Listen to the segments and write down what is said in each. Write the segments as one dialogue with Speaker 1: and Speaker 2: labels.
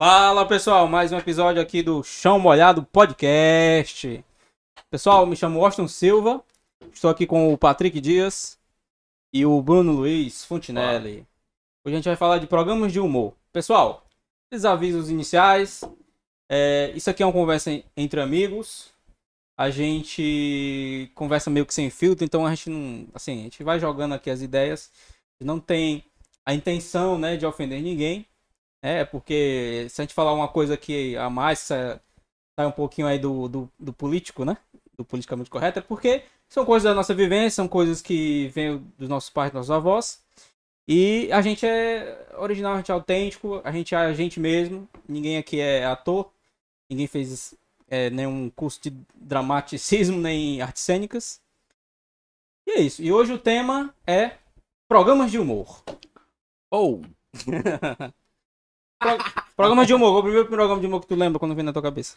Speaker 1: Fala pessoal, mais um episódio aqui do Chão Molhado Podcast. Pessoal, me chamo Austin Silva, estou aqui com o Patrick Dias e o Bruno Luiz Fontinelli. Hoje a gente vai falar de programas de humor. Pessoal, esses avisos iniciais. é, isso aqui é uma conversa en- entre amigos. A gente conversa meio que sem filtro, então a gente não. Assim, a gente vai jogando aqui as ideias. Não tem a intenção né, de ofender ninguém. É, porque se a gente falar uma coisa que a mais sa- sai um pouquinho aí do, do, do político, né? Do politicamente correto, é porque são coisas da nossa vivência, são coisas que vêm dos nossos pais, dos nossos avós. E a gente é original, a gente é autêntico, a gente é a gente mesmo. Ninguém aqui é ator, ninguém fez é, nenhum curso de dramaticismo, nem artes cênicas. E é isso. E hoje o tema é programas de humor.
Speaker 2: Ou,
Speaker 1: Programa de humor, qual o primeiro programa de humor que tu lembra quando vem na tua cabeça.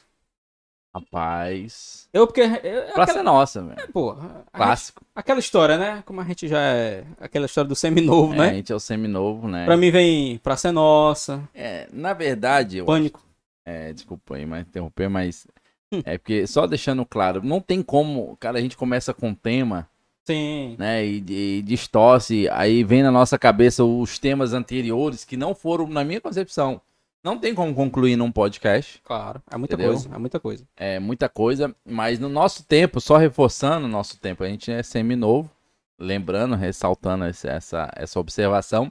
Speaker 2: rapaz.
Speaker 1: Eu, porque. Eu,
Speaker 2: Praça é
Speaker 1: aquela, É
Speaker 2: nossa, velho.
Speaker 1: porra, a gente-
Speaker 2: Clássico.
Speaker 1: aquela história, né? Como a gente já é. Aquela história do seminovo,
Speaker 2: É, A
Speaker 1: né?
Speaker 2: gente é o seminovo, né?
Speaker 1: Pra mim vem Praça é Nossa,
Speaker 2: É, na verdade, eu...
Speaker 1: Pânico.
Speaker 2: é, desculpa aí, mas interromper, mas. É porque, só deixando claro, não tem como, cara, a gente começa com um tema,
Speaker 1: Sim.
Speaker 2: né, e, e distorce, aí vem na nossa cabeça os temas anteriores que não foram, na minha concepção, não tem como concluir num podcast,
Speaker 1: Claro. É muita
Speaker 2: Entendeu?
Speaker 1: coisa. É muita coisa.
Speaker 2: é muita coisa, mas no nosso tempo, só reforçando o nosso tempo, a gente é seminovo, lembrando, ressaltando esse- essa, essa observação,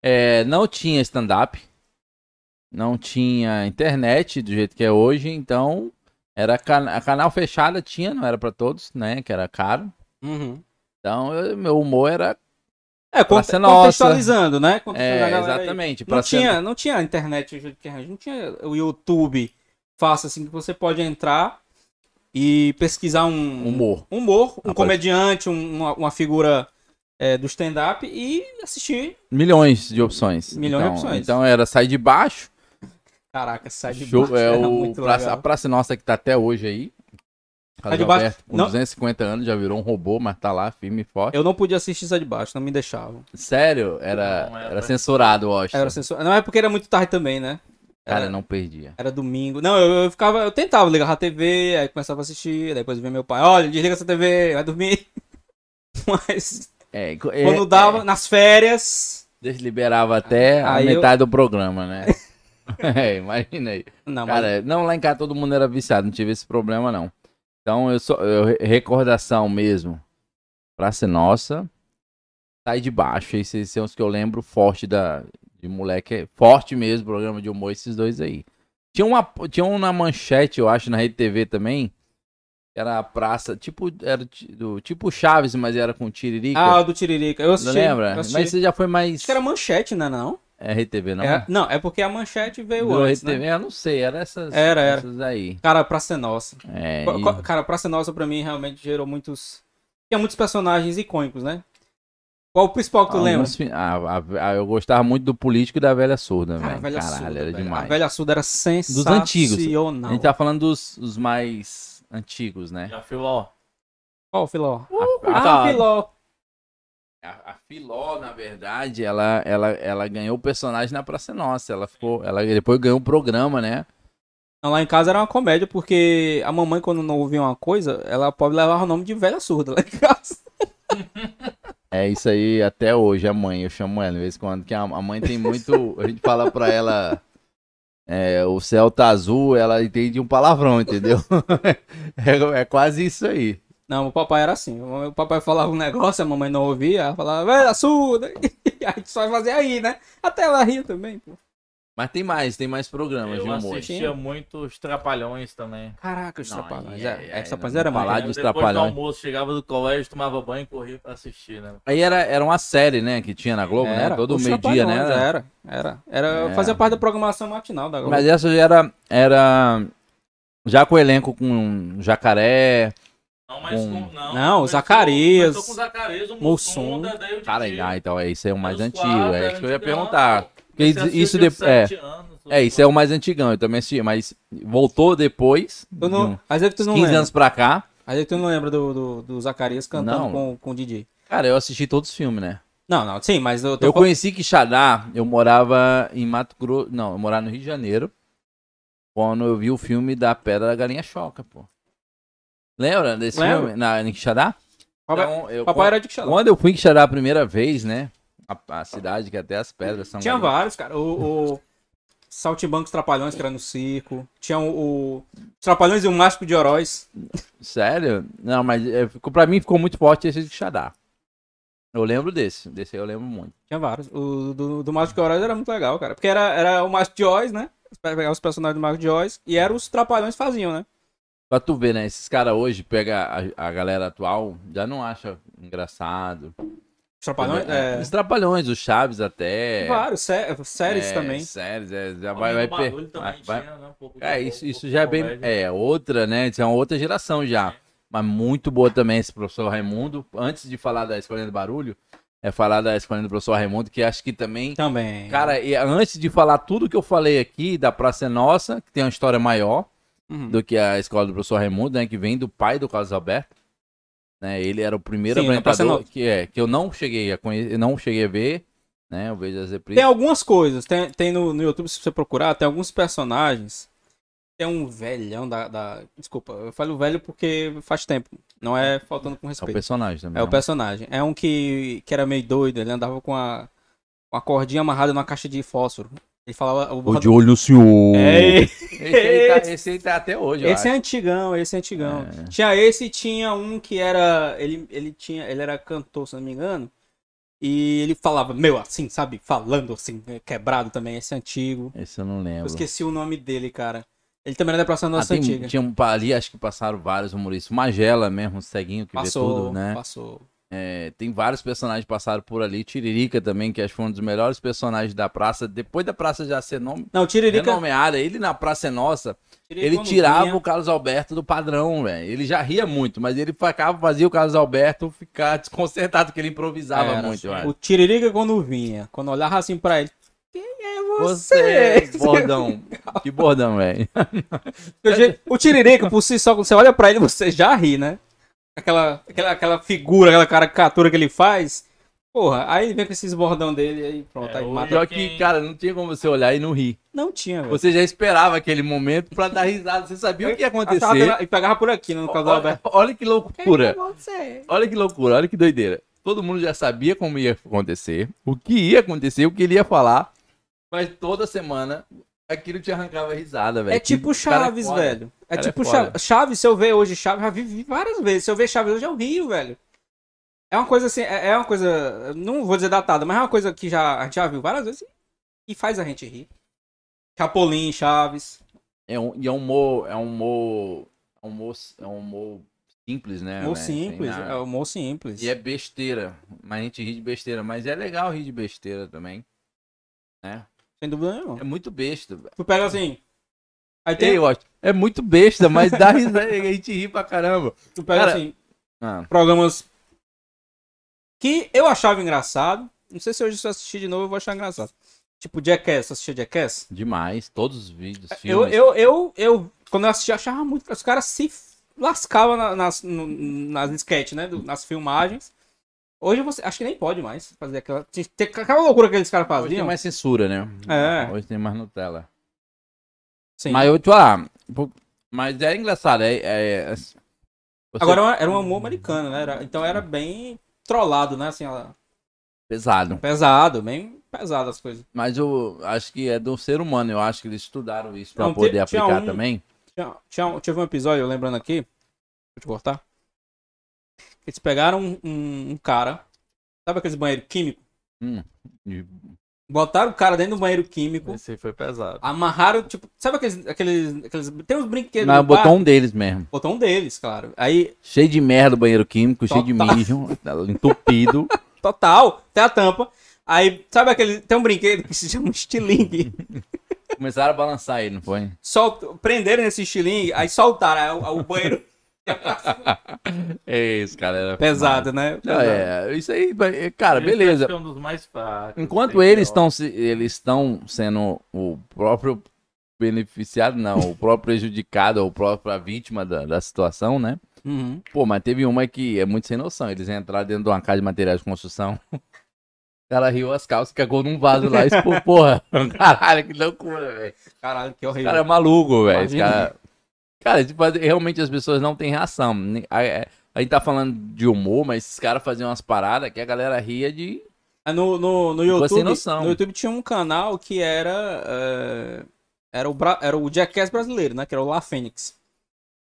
Speaker 2: é, não tinha stand-up, não tinha internet do jeito que é hoje, então era cana- a canal fechada tinha, não era pra todos, né, que era caro, então eu- meu humor era,
Speaker 1: É, con-
Speaker 2: Praça é Nossa.
Speaker 1: contextualizando, né? Contextualizando
Speaker 2: é,
Speaker 1: a galera aí.
Speaker 2: exatamente,
Speaker 1: Não
Speaker 2: é pra ser-
Speaker 1: tinha, não tinha internet, do jeito que a gente- não tinha o YouTube fácil assim que você pode entrar e pesquisar um,
Speaker 2: humor,
Speaker 1: humor, um
Speaker 2: Rapaz.
Speaker 1: comediante, um- uma, uma figura é, do stand-up e assistir.
Speaker 2: milhões de opções,
Speaker 1: Milhões de
Speaker 2: Então-
Speaker 1: opções.
Speaker 2: então era sair de baixo,
Speaker 1: Caraca, sai Tá de
Speaker 2: Show,
Speaker 1: baixo.
Speaker 2: é
Speaker 1: era
Speaker 2: o
Speaker 1: muito
Speaker 2: praça, a
Speaker 1: legal. Tá
Speaker 2: Praça Nossa que tá até hoje aí. Carlos
Speaker 1: de baixo-
Speaker 2: Alberto, com
Speaker 1: não.
Speaker 2: 250 anos, já virou um robô, mas tá lá, firme e forte.
Speaker 1: Eu não podia assistir sai de baixo, não me deixavam.
Speaker 2: Sério, era,
Speaker 3: Não, é, né?
Speaker 2: era...
Speaker 3: era-
Speaker 2: censurado, eu acho.
Speaker 1: Era censura. Não é porque era muito tarde também, né? Era,
Speaker 2: Cara, não perdia.
Speaker 1: era domingo. Não, eu, eu ficava, eu tentava ligar a TV, aí começava a assistir, aí depois via meu pai, olha, desliga essa TV, vai dormir. Mas
Speaker 2: É, é,
Speaker 1: quando dava, nas férias.
Speaker 2: desliberava até a
Speaker 1: Aí eu-
Speaker 2: metade do programa, né? é, imagina aí.
Speaker 1: Não, mas
Speaker 2: Cara, é não, lá em casa todo mundo era viciado, não tive esse problema, não. Então, eu só. eu- re- recordação mesmo. Praça Nossa. Sai de baixo. Esses são os que eu lembro forte da. De moleque. Forte mesmo, programa de humor, esses dois aí. Tinha, uma, tinha um na manchete, eu acho, na Rede TV também. que Era a praça, tipo, era ti- do, tipo Chaves, mas era com Tiririca.
Speaker 1: Ah, o do Tiririca. Eu
Speaker 2: não
Speaker 1: assisti.
Speaker 2: lembra?
Speaker 1: eu assisti.
Speaker 2: Mas você já foi mais.
Speaker 1: Acho que era manchete, né? Não?
Speaker 2: É RedeTV, não?
Speaker 1: É, não, é porque a manchete veio
Speaker 2: Virou
Speaker 1: antes.
Speaker 2: RedeTV,
Speaker 1: Né?
Speaker 2: eu não sei, era essas,
Speaker 1: Era, era.
Speaker 2: essas aí.
Speaker 1: Cara, pra ser nossa.
Speaker 2: É,
Speaker 1: Co-
Speaker 2: e-
Speaker 1: co- Cara, Praça é Nossa pra mim realmente gerou muitos. Tinha muitos personagens icônicos, né? Qual o principal que tu lembra?
Speaker 2: Alguns fi- Ah, a- a- eu gostava muito do político e da velha surda,
Speaker 1: Cara, a
Speaker 2: velho.
Speaker 1: velha
Speaker 2: Caralho,
Speaker 1: surda.
Speaker 2: era
Speaker 1: velho.
Speaker 2: demais.
Speaker 1: A velha surda era sensacional.
Speaker 2: antigos. A gente tá falando dos os mais antigos, né?
Speaker 3: Já filó.
Speaker 1: Ó, o Filó.
Speaker 2: a,
Speaker 1: Ah, o Filó.
Speaker 2: a- a Filó, na verdade, ela, ela, ela ganhou o personagem na Praça é Nossa. Ela ficou. Ela depois ganhou o programa, né?
Speaker 1: Não, Lá em casa era uma comédia, porque a mamãe, quando não ouvia uma coisa, ela pode levar o nome de velha surda lá em casa.
Speaker 2: É isso aí até hoje, a mãe, eu chamo ela de vez em quando, que a, a mãe tem muito. A gente fala pra ela. é, o céu tá azul, ela entende um palavrão, entendeu? é, é quase isso aí.
Speaker 1: Não, o papai era assim. O papai falava um negócio, a mamãe não ouvia, ela falava, velha surda. E a gente só fazia aí, né? Até ela ria também, pô.
Speaker 2: Mas tem mais, tem mais programas de
Speaker 3: Eu
Speaker 2: humor.
Speaker 3: assistia muito os Trapalhões também.
Speaker 1: Caraca, os
Speaker 2: Não,
Speaker 1: trapalhões.
Speaker 2: aí
Speaker 1: É,
Speaker 2: é-
Speaker 1: essa
Speaker 2: é,
Speaker 1: rapaz
Speaker 2: não
Speaker 1: era
Speaker 2: falar
Speaker 1: mais.
Speaker 2: de
Speaker 3: Eu, depois do
Speaker 2: Trapalhões.
Speaker 3: almoço, chegava do colégio, tomava banho e corria pra assistir, né?
Speaker 2: Aí era, era uma série, né? Que tinha na Globo, né? Todo
Speaker 1: os
Speaker 2: meio-dia, né?
Speaker 1: Trapalhões, Era, era. era
Speaker 2: É.
Speaker 1: Fazia parte da programação matinal da Globo.
Speaker 2: Mas essa já era, era. Já com o elenco com jacaré.
Speaker 3: Não, mas
Speaker 2: Com-
Speaker 3: com- não.
Speaker 1: Não,
Speaker 3: começou-
Speaker 1: Zacarias,
Speaker 3: começou com Zacarias, o
Speaker 1: Mussum.
Speaker 3: Mussum, Dedé e o Didi.
Speaker 2: Cara, ah, então é isso é o mais
Speaker 3: Os
Speaker 2: antigo.
Speaker 3: quatro,
Speaker 2: é
Speaker 3: era
Speaker 2: isso que eu ia
Speaker 3: antigão.
Speaker 2: perguntar. Porque
Speaker 3: Comecei a
Speaker 2: isso- isso
Speaker 3: assistir
Speaker 2: de- é.
Speaker 3: com sete anos,
Speaker 2: É, isso é o mais antigão, eu também assisti, mas voltou depois.
Speaker 1: Tu não-
Speaker 2: de
Speaker 1: Às vezes tu
Speaker 2: uns
Speaker 1: não
Speaker 2: 15
Speaker 1: lembra.
Speaker 2: anos pra cá.
Speaker 1: Às vezes tu não lembra do, do, do Zacarias cantando
Speaker 2: Não.
Speaker 1: Com, com o DJ.
Speaker 2: Cara, eu assisti todos os filmes, né?
Speaker 1: Não, não, sim, mas eu tô
Speaker 2: Eu
Speaker 1: falando-
Speaker 2: conheci Quixadá, eu morava em Mato Grosso. Não, eu morava no Rio de Janeiro. quando eu vi o filme da Pedra da Galinha Choca, pô. Lembra desse
Speaker 1: Lembro.
Speaker 2: filme? Na em Quixadá?
Speaker 1: Papai-
Speaker 2: Então, eu-
Speaker 1: Papai era de Xalá.
Speaker 2: Quando eu fui em Quixadá a primeira vez, né? A, a cidade que até as pedras são.
Speaker 1: Tinha
Speaker 2: galinhas.
Speaker 1: vários, cara. O, o Saltimbancos Trapalhões, que era no circo. Tinha o, o Trapalhões e o Mágico de Horóis.
Speaker 2: Sério? Não, mas é, ficou, pra mim ficou muito forte esse de Quixadá. Eu lembro desse. Desse aí eu lembro muito.
Speaker 1: Tinha vários. O do, do Mágico de Horóis era muito legal, cara. Porque era, era o Mágico de Oz, né? Pegar os personagens do Mágico de Oz. E era os Trapalhões que faziam, né?
Speaker 2: Pra tu ver, né? Esses caras hoje pega a, a galera atual, já não acha engraçado.
Speaker 1: Os Trapalhões. É,
Speaker 2: Os trapalhões, os Chaves até.
Speaker 1: Vários, sé- séries
Speaker 2: É,
Speaker 1: também.
Speaker 2: Séries, é, já vai, vai,
Speaker 3: Homem do
Speaker 2: per-
Speaker 3: Barulho
Speaker 2: vai,
Speaker 3: também
Speaker 2: vai-
Speaker 3: tinha, né? Um pouco de-
Speaker 2: É,
Speaker 3: um
Speaker 2: isso,
Speaker 3: pouco
Speaker 2: isso
Speaker 3: de
Speaker 2: já é bem.
Speaker 3: comédia.
Speaker 2: É, outra, né? Isso é uma outra geração já. Mas muito boa também esse professor Raimundo. Antes de falar da Escolinha do Barulho, é falar da Escolinha do professor Raimundo, que acho que também.
Speaker 1: Também.
Speaker 2: Cara, e antes de falar tudo que eu falei aqui da Praça é Nossa, que tem uma história maior
Speaker 1: Uhum.
Speaker 2: do que a escola do professor Raimundo, né? Que vem do pai do Carlos Alberto. Né, ele era o primeiro
Speaker 1: Sim, na Praça
Speaker 2: apresentador
Speaker 1: Nova.
Speaker 2: que, é, que eu não cheguei a conhecer, eu não cheguei a ver, né? Eu vejo as reprises.
Speaker 1: Tem algumas coisas. Tem, tem no, no YouTube, se você procurar, tem alguns personagens. Tem um velhão da, da- Desculpa, eu falo velho porque faz tempo. Não é faltando com
Speaker 2: É o
Speaker 1: respeito.
Speaker 2: personagem também.
Speaker 1: É o
Speaker 2: né?
Speaker 1: personagem. É um que, que era meio doido, ele andava com a, com a cordinha amarrada numa caixa de fósforo. Ele falava. O
Speaker 2: de olho senhor.
Speaker 1: É, esse
Speaker 2: Esse aí tá, esse aí tá até hoje, eu
Speaker 1: é
Speaker 2: acho.
Speaker 1: antigão, esse é antigão.
Speaker 2: É.
Speaker 1: Tinha esse e tinha um que era. Ele, ele, tinha, ele era cantor, se não me engano. E ele falava, meu, assim, sabe? Falando assim, quebrado também, esse é antigo.
Speaker 2: Esse eu não
Speaker 1: Eu
Speaker 2: lembro.
Speaker 1: esqueci o nome dele, cara. Ele também era da Praça
Speaker 2: Ah,
Speaker 1: Nossa
Speaker 2: tem,
Speaker 1: Antiga.
Speaker 2: tinha um pa- ali, acho que passaram vários humoristas. Magela mesmo, um ceguinho que vê
Speaker 1: passou,
Speaker 2: tudo, né?
Speaker 1: passou.
Speaker 2: É, tem vários personagens que passaram por ali. Tiririca também, que acho que foi um dos melhores personagens da praça. Depois da praça já ser nome,
Speaker 1: Não, Tiririca.
Speaker 2: renomeada, ele na Praça é Nossa,
Speaker 1: Tiririca
Speaker 2: ele
Speaker 1: quando
Speaker 2: tirava
Speaker 1: vinha-
Speaker 2: o Carlos Alberto do padrão, velho. Ele já ria muito, mas ele ficava, fazia o Carlos Alberto ficar desconcertado, porque ele improvisava
Speaker 1: Era, assim.
Speaker 2: muito, velho.
Speaker 1: O Tiririca quando vinha, quando olhava assim pra ele. Quem é
Speaker 2: Você, é
Speaker 1: você?
Speaker 2: que bordão. Que bordão, velho.
Speaker 1: Porque o je- O Tiririca, por si só, quando você olha pra ele, você já ri, né? Aquela, aquela, aquela figura, aquela caricatura que ele faz. Porra, aí ele vem com esses bordão dele aí pronto,
Speaker 3: É,
Speaker 1: aí
Speaker 3: o-
Speaker 1: mata.
Speaker 2: Pior que, cara, não tinha como você olhar e não rir.
Speaker 1: Não tinha, velho.
Speaker 2: Você já esperava aquele momento pra dar risada. Você sabia o que ia
Speaker 1: Achava
Speaker 2: acontecer.
Speaker 1: que- E pegava por aqui, né, no caso do
Speaker 2: Olha,
Speaker 1: Alberto.
Speaker 2: olha que loucura.
Speaker 1: você?
Speaker 2: Olha que loucura, olha que doideira. Todo mundo já sabia como ia acontecer, o que ia acontecer, o que ele ia falar. Mas toda semana aquilo te arrancava risada, velho.
Speaker 1: É
Speaker 2: Que
Speaker 1: tipo
Speaker 2: cara
Speaker 1: Chaves,
Speaker 2: foda.
Speaker 1: velho. É
Speaker 2: Cara é
Speaker 1: tipo
Speaker 2: foda.
Speaker 1: Chaves. Chaves, se eu ver hoje Chaves, já vi- vi várias vezes. Se eu ver Chaves hoje, eu rio, velho. É uma coisa assim, é é uma coisa. Não vou dizer datada, mas é uma coisa que já, a gente já viu várias vezes e faz a gente rir. Chapolin, Chaves.
Speaker 2: É um, e é um humor, é um humor, é um humor, é um humor simples, né?
Speaker 1: humor
Speaker 2: velho? Sem
Speaker 1: simples.
Speaker 2: nada.
Speaker 1: É humor simples.
Speaker 2: E é besteira. Mas a gente ri de besteira. Mas é legal rir de besteira também.
Speaker 1: Sem dúvida nenhuma.
Speaker 2: É muito besta.
Speaker 1: Tu pega assim. Aí tem.
Speaker 2: Ei, Watch, é muito besta, mas dá risada. A gente ri pra caramba.
Speaker 1: Tu pega
Speaker 2: cara-
Speaker 1: assim.
Speaker 2: Ah,
Speaker 1: Programas que eu achava engraçado. Não sei se hoje, se eu assistir de novo, eu vou achar engraçado. Tipo Jackass. Tu assistia Jackass?
Speaker 2: demais. Todos os vídeos,
Speaker 1: É, Eu,
Speaker 2: filmes.
Speaker 1: eu, eu, eu, quando eu assisti, achava muito. Os caras se lascavam na- nas, no- nas sketch, né? do- nas filmagens. Hoje você. Acho que nem pode mais fazer aquela. tem- tem aquela loucura que aqueles caras
Speaker 2: Hoje tem
Speaker 1: faziam.
Speaker 2: mais censura, né?
Speaker 1: É.
Speaker 2: Hoje tem mais Nutella.
Speaker 1: Sim.
Speaker 2: Mas eu tô lá. pô, Mas é engraçado. É, é- é- você- é
Speaker 1: Agora era um amor americano, né? era- então era bem trollado, né? Assim, ó,
Speaker 2: Pesado.
Speaker 1: pesado, bem pesado as coisas.
Speaker 2: Mas eu acho que é do ser humano. Eu acho que eles estudaram isso pra
Speaker 1: Não,
Speaker 2: poder
Speaker 1: tinha- tinha
Speaker 2: aplicar
Speaker 1: um-
Speaker 2: também.
Speaker 1: Tinha, tinha um- teve um episódio, eu lembrando aqui. Vou te cortar. Eles pegaram um, um- um cara. Sabe aqueles banheiro químico?
Speaker 2: De-
Speaker 1: Botaram o cara dentro do banheiro
Speaker 2: é.
Speaker 1: químico.
Speaker 3: Esse aí foi pesado.
Speaker 1: Amarraram, tipo, sabe aqueles. aqueles, aqueles tem uns brinquedos.
Speaker 2: Mas
Speaker 1: no bar?
Speaker 2: botou um deles mesmo.
Speaker 1: Botou um deles, claro. Aí,
Speaker 2: Cheio de merda o banheiro químico, cheio de
Speaker 1: Total.
Speaker 2: mijo, tá entupido.
Speaker 1: total, até a tampa. Aí, sabe aquele. Tem um brinquedo que se chama estilingue.
Speaker 2: Começaram a balançar ele, não foi?
Speaker 1: Sol, prenderam esse estilingue, aí soltaram. Aí, o, o banheiro.
Speaker 2: É isso, galera.
Speaker 1: Pesado, né?
Speaker 2: Não, é, isso aí, é, cara,
Speaker 3: Esse
Speaker 2: beleza.
Speaker 3: acho que é um dos mais fracos.
Speaker 2: Enquanto
Speaker 3: Tem que-
Speaker 2: eles estão se- eles estão sendo o próprio beneficiado, não, o próprio prejudicado, ou o próprio a vítima da, da situação, né?
Speaker 1: Uhum.
Speaker 2: Pô, mas teve uma que é muito sem noção. Eles entraram dentro de uma casa de materiais de construção. cara riu as calças, cagou num vaso lá. Isso, pô, porra, caralho, que loucura, velho.
Speaker 1: Caralho, que
Speaker 2: Esse
Speaker 1: horrível.
Speaker 2: cara é maluco, velho. Esse
Speaker 1: Imagina.
Speaker 2: cara. Cara, tipo, realmente as pessoas não têm reação. Ni- A, é- a gente tá falando de humor, mas esses caras faziam umas paradas que a galera ria de.
Speaker 1: É, No, no, no
Speaker 2: Ficou sem
Speaker 1: YouTube,
Speaker 2: noção.
Speaker 1: no YouTube tinha um canal que era eh, era o Bra- era o Jackass brasileiro, né? Que era o La Fênix.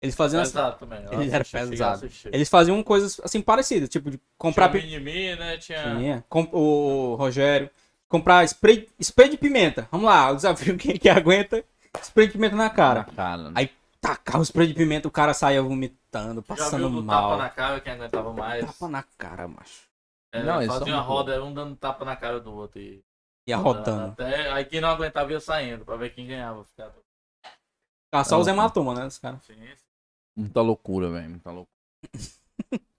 Speaker 1: Eles faziam as-
Speaker 3: Pesado também.
Speaker 1: Ele era pesado. eles faziam coisas assim parecidas, tipo de comprar
Speaker 3: Comprar
Speaker 1: pi-
Speaker 3: mini né? Tinha.
Speaker 1: Tinha. Com- o Rogério comprar spray spray de pimenta. Vamos lá, o desafio quem que aguenta spray de pimenta na cara.
Speaker 2: ah, Cara,
Speaker 1: Aí tacar o spray de pimenta, o cara saía vomitando,
Speaker 3: já
Speaker 1: passando
Speaker 3: viu do
Speaker 1: mal.
Speaker 3: tapa na cara que ainda tava mais.
Speaker 1: Tapa na cara, macho.
Speaker 3: Era,
Speaker 2: Não, é eles
Speaker 3: É, fazia
Speaker 2: são
Speaker 3: uma
Speaker 2: muito
Speaker 3: roda, era um dando tapa na cara do outro. E...
Speaker 1: E
Speaker 3: Ah.
Speaker 2: Tá
Speaker 1: arrotando.
Speaker 3: Até, aí quem não aguentava ia saindo pra ver quem ganhava. Ficava
Speaker 1: Ah, só
Speaker 2: Não.
Speaker 1: os hematomas, né, dos
Speaker 2: Ah.
Speaker 1: caras.
Speaker 3: assim.
Speaker 2: muita loucura, velho. Muita loucura.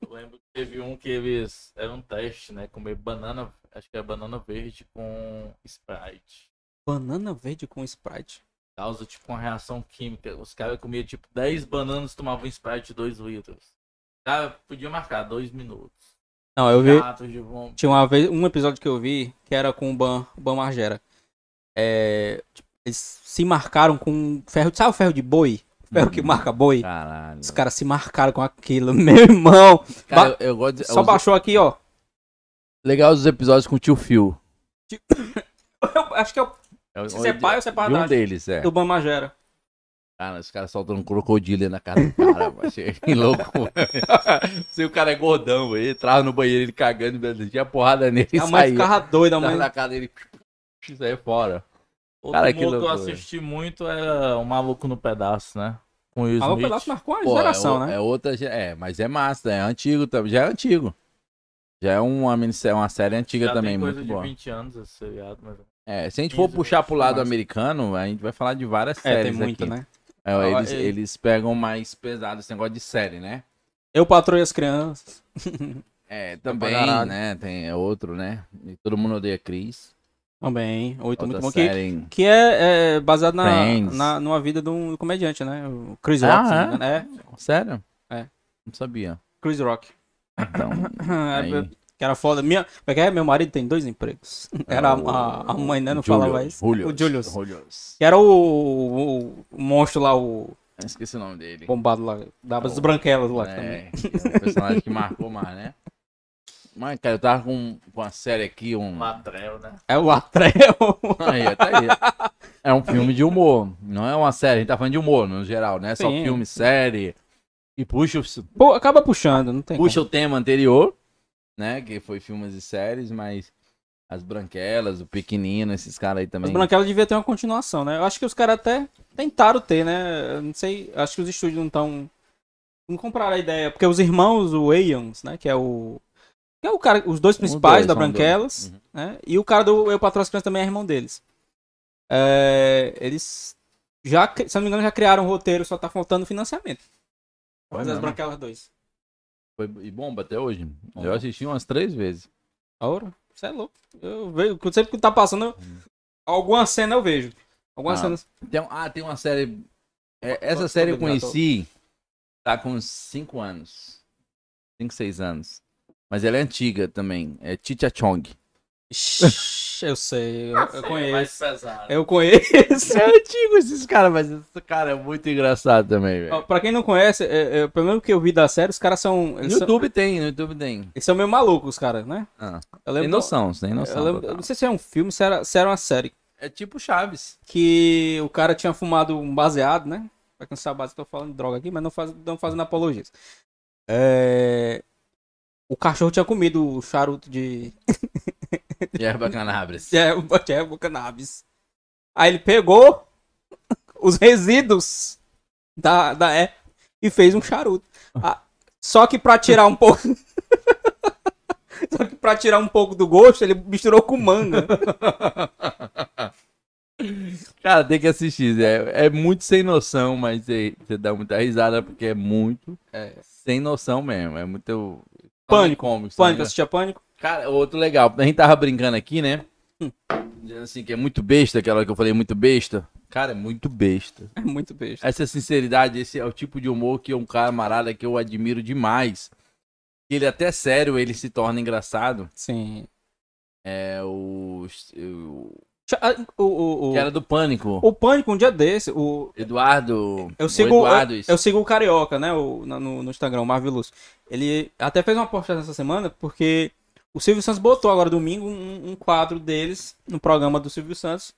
Speaker 3: Eu lembro que teve um que eles. Era um teste, né? Comer banana. Acho que era banana verde com Sprite.
Speaker 1: Banana verde com Sprite.
Speaker 3: Causa tipo uma reação química. Os caras comiam tipo 10 bananas e tomavam um Sprite de 2 litros. Cara, podia marcar 2 minutos.
Speaker 1: Não, eu vi.
Speaker 3: Gatos de vômito.
Speaker 1: Tinha uma vez, um episódio que eu vi que era com o Ban, Ban Margera. É, tipo, eles se marcaram com ferro. Sabe o ferro de boi? O ferro que
Speaker 2: Uhum.
Speaker 1: marca boi?
Speaker 2: Caralho.
Speaker 1: Os caras se marcaram com aquilo, meu irmão.
Speaker 2: Cara, eu, eu gosto de-
Speaker 1: Só
Speaker 2: os-
Speaker 1: baixou aqui, ó.
Speaker 2: Legal os episódios com o tio Phil.
Speaker 1: Eu acho que é o
Speaker 2: Eu-
Speaker 1: Se
Speaker 2: eu-
Speaker 1: separa, eu separo
Speaker 2: de um
Speaker 1: atrás.
Speaker 2: deles, é.
Speaker 1: do Ban Margera.
Speaker 2: Ah, Cara, os caras soltando crocodilo na cara do cara, mano. Achei que louco. Se o cara é gordão, velho, ele entrava no banheiro, ele cagando, velho, tinha porrada nele e
Speaker 1: A mãe
Speaker 2: saía.
Speaker 1: ficava doida, a
Speaker 2: Tava
Speaker 1: mãe.
Speaker 2: na cara dele, saiu fora.
Speaker 3: Outro
Speaker 2: Cara,
Speaker 3: cara,
Speaker 2: que
Speaker 3: que eu
Speaker 2: loucura.
Speaker 3: assisti muito era O Maluco no Pedaço, né? Com o Will
Speaker 1: Alô,
Speaker 3: Smith.
Speaker 1: pedaço marcou uma
Speaker 2: Pô,
Speaker 1: geração,
Speaker 2: é, o-
Speaker 1: né?
Speaker 2: é outra, ge- é, mas é massa, é antigo também, já é antigo. Já é uma, minissérie- uma série antiga
Speaker 3: Já
Speaker 2: também,
Speaker 3: tem coisa
Speaker 2: muito
Speaker 3: de
Speaker 2: boa.
Speaker 3: 20 anos esse seriado, mas...
Speaker 2: É, se a gente for
Speaker 3: 15,
Speaker 2: puxar pro lado
Speaker 1: massa.
Speaker 2: americano, a gente vai falar de várias
Speaker 1: É,
Speaker 2: séries
Speaker 1: tem muito,
Speaker 2: aqui.
Speaker 1: né?
Speaker 2: É,
Speaker 1: Ah,
Speaker 2: eles,
Speaker 1: é.
Speaker 2: eles pegam mais pesado esse negócio de série, né?
Speaker 1: Eu patroei as crianças.
Speaker 2: É, também,
Speaker 1: caralho.
Speaker 2: né? Tem é outro, né? E todo mundo odeia Cris.
Speaker 1: Também. Oito,
Speaker 2: Outra
Speaker 1: muito bom. Que,
Speaker 2: série. hein?
Speaker 1: que é, é, baseado na,
Speaker 2: Friends.
Speaker 1: na, numa vida de um comediante, né? O Chris
Speaker 2: Ah,
Speaker 1: Rock, se
Speaker 2: é?
Speaker 1: não me engano. É,
Speaker 2: Sério?
Speaker 1: É.
Speaker 2: Não sabia.
Speaker 1: Chris Rock.
Speaker 2: Então, Aí.
Speaker 1: É, que era foda. Minha, como é que é? Meu marido tem dois empregos. Era a, a- a mãe, né? Não
Speaker 2: tá Julius,
Speaker 1: falava isso.
Speaker 2: Julius,
Speaker 1: O Julius.
Speaker 2: Julius.
Speaker 1: Que era o, o- o monstro lá, o
Speaker 2: Esqueci o nome dele.
Speaker 1: bombado lá. Dava as
Speaker 2: É O-
Speaker 1: branquelas lá também.
Speaker 2: É, é um personagem que marcou mais, né? Mas, cara, eu tava com, com uma série aqui, um. Tá
Speaker 3: Latrel, né?
Speaker 1: É o Atreu.
Speaker 2: Aí, até aí. É um filme de humor. Não é uma série, a gente tá falando de humor, no geral, né? Só
Speaker 1: Sim.
Speaker 2: filme, série. E puxa, o-
Speaker 1: Pô, acaba puxando, não tem
Speaker 2: puxa o tema anterior, né? Que foi filmes e séries, mas as branquelas, o pequenino, esses caras aí
Speaker 1: Mas
Speaker 2: também.
Speaker 1: Branquela devia ter uma continuação, né? Eu acho que os caras até tentaram ter, né? Eu Não sei, acho que os estúdios não estão. Não compraram a ideia. Porque os irmãos, o Wayans, né? Que é o. que é o cara, os dois principais
Speaker 2: Um dois,
Speaker 1: da
Speaker 2: são dois.
Speaker 1: Branquelas,
Speaker 2: Uhum.
Speaker 1: né? E o cara do Eu Patrão as Crianças também é irmão deles. É, eles. Já, cri- se eu não me engano, já criaram o roteiro, só tá faltando financiamento.
Speaker 2: Foi
Speaker 1: Mas as
Speaker 2: mesmo.
Speaker 3: é
Speaker 1: Branquelas 2.
Speaker 2: Foi e bomba até hoje. Eu assisti umas três vezes.
Speaker 1: Aura? Você é louco. Eu vejo, sempre que tá passando, eu- alguma cena eu vejo. Algumas
Speaker 2: Hum. Ah.
Speaker 1: cenas.
Speaker 2: Tem, um- ah, tem uma série. é, essa
Speaker 1: Tô-
Speaker 2: série
Speaker 1: tô
Speaker 2: eu
Speaker 1: ligado, tô-
Speaker 2: conheci. Tá com uns 5 anos. 5, 6 anos. Mas ela é antiga também. É Chicha Chong.
Speaker 1: Ixi, eu sei, eu, eu
Speaker 3: É
Speaker 1: conheço.
Speaker 3: mais pesado.
Speaker 1: Eu conheço.
Speaker 2: É antigo esses caras, mas esse cara é muito engraçado também,
Speaker 1: Ó,
Speaker 2: velho.
Speaker 1: pra quem não conhece, é, é, pelo menos que eu vi da série, os caras são.
Speaker 2: No
Speaker 1: Eles, são,
Speaker 2: YouTube tem, no YouTube tem.
Speaker 1: eles são meio malucos, os caras, né?
Speaker 2: Ah,
Speaker 1: Eu
Speaker 2: tem
Speaker 1: lembro.
Speaker 2: noção, tem
Speaker 1: eu,
Speaker 2: noção.
Speaker 1: lembro-
Speaker 2: total.
Speaker 1: eu não sei se era um filme, se era, se era uma série.
Speaker 2: É tipo Chaves.
Speaker 1: Que o cara tinha fumado um baseado, né? Pra quem não sabe, eu tô falando de droga aqui, mas não, faz, não fazendo apologias. É, O cachorro tinha comido o charuto de.
Speaker 2: E é Erva Canabras.
Speaker 1: de erva- de erva cannabis. Aí ele pegou os resíduos da, da erva e fez um charuto. Ah, só que pra tirar um pouco. só que pra tirar um pouco do gosto, ele misturou com manga.
Speaker 2: Cara, tem que assistir. É, é muito sem noção, mas você você dá muita risada porque é muito sem noção mesmo. É muito.
Speaker 1: Pânico,
Speaker 2: cômico. sabe?
Speaker 1: Pânico, assistia pânico.
Speaker 2: Cara, outro legal. A gente tava brincando aqui, né? Dizendo assim que é muito besta, aquela hora que eu falei muito besta. Cara, é muito besta.
Speaker 1: É muito besta.
Speaker 2: Essa sinceridade, esse é o tipo de humor que é um camarada que eu admiro demais. Ele até sério, ele se torna engraçado.
Speaker 1: Sim.
Speaker 2: É o. o-
Speaker 1: Cha- ah, O, o, o,
Speaker 2: Que era do Pânico.
Speaker 1: o Pânico, um dia desse, o,
Speaker 2: Eduardo.
Speaker 1: eu,
Speaker 2: o
Speaker 1: sigo,
Speaker 2: Eduardo,
Speaker 1: eu,
Speaker 2: isso.
Speaker 1: eu sigo o Carioca, né, o, na- no, no Instagram, o Marvelous. Ele até fez uma postagem essa semana, porque o Silvio Santos botou agora domingo um, um quadro deles no programa do Silvio Santos,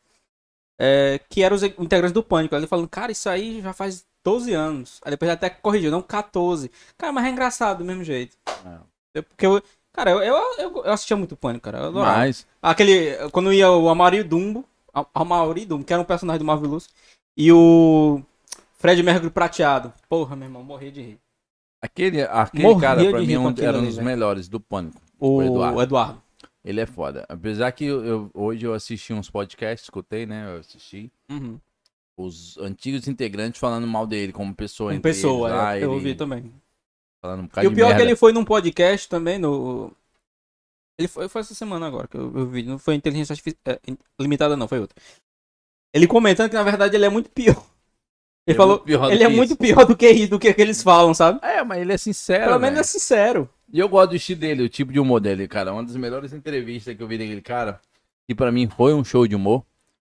Speaker 1: é, que eram os integrantes do Pânico. Aí Ele falando, cara, isso aí já faz 12 anos. Aí depois ele até corrigiu, não 14. Cara, mas é engraçado do mesmo jeito.
Speaker 2: É.
Speaker 1: Eu- Porque eu. Cara, eu, eu, eu- eu assistia muito Pânico, cara. Eu adorava.
Speaker 2: Mas.
Speaker 1: Aquele. Quando ia o Amaury Dumbo. A- Amaury Dumbo, que era um personagem do Marvelous. E o. Fred Mercury prateado. Porra, meu irmão, morri de rir.
Speaker 2: Aquele, aquele
Speaker 1: Morria
Speaker 2: cara, pra
Speaker 1: de rir
Speaker 2: mim, é
Speaker 1: com
Speaker 2: um,
Speaker 1: aquilo
Speaker 2: era um
Speaker 1: ali, né?
Speaker 2: dos
Speaker 1: velho.
Speaker 2: melhores do Pânico.
Speaker 1: O,
Speaker 2: Eduardo.
Speaker 1: Eduardo.
Speaker 2: Ele é foda. Apesar que eu, eu- hoje eu assisti uns podcasts, escutei, né? Eu assisti.
Speaker 1: Uhum.
Speaker 2: Os antigos integrantes falando mal dele como pessoa.
Speaker 1: Uma
Speaker 2: entre
Speaker 1: pessoa,
Speaker 2: eles,
Speaker 1: é,
Speaker 2: lá,
Speaker 1: eu
Speaker 2: ele
Speaker 1: ouvi também.
Speaker 2: Falando um bocado
Speaker 1: E o
Speaker 2: de
Speaker 1: pior é que
Speaker 2: merda.
Speaker 1: ele foi num podcast também, no. Ele foi, foi essa semana agora que eu, eu vi. Não foi inteligência artificial. limitada, não, foi outra. Ele comentando que na verdade ele é muito pior. Ele
Speaker 2: é
Speaker 1: falou.
Speaker 2: muito pior do
Speaker 1: Ele é
Speaker 2: que
Speaker 1: muito pior do que isso, do que, que eles falam, sabe?
Speaker 2: isso. É, mas ele é sincero.
Speaker 1: Pelo menos é
Speaker 2: velho.
Speaker 1: sincero.
Speaker 2: E eu gosto do estilo dele, o tipo de humor dele, cara. Uma das melhores entrevistas que eu vi daquele cara, que pra mim foi um show de humor,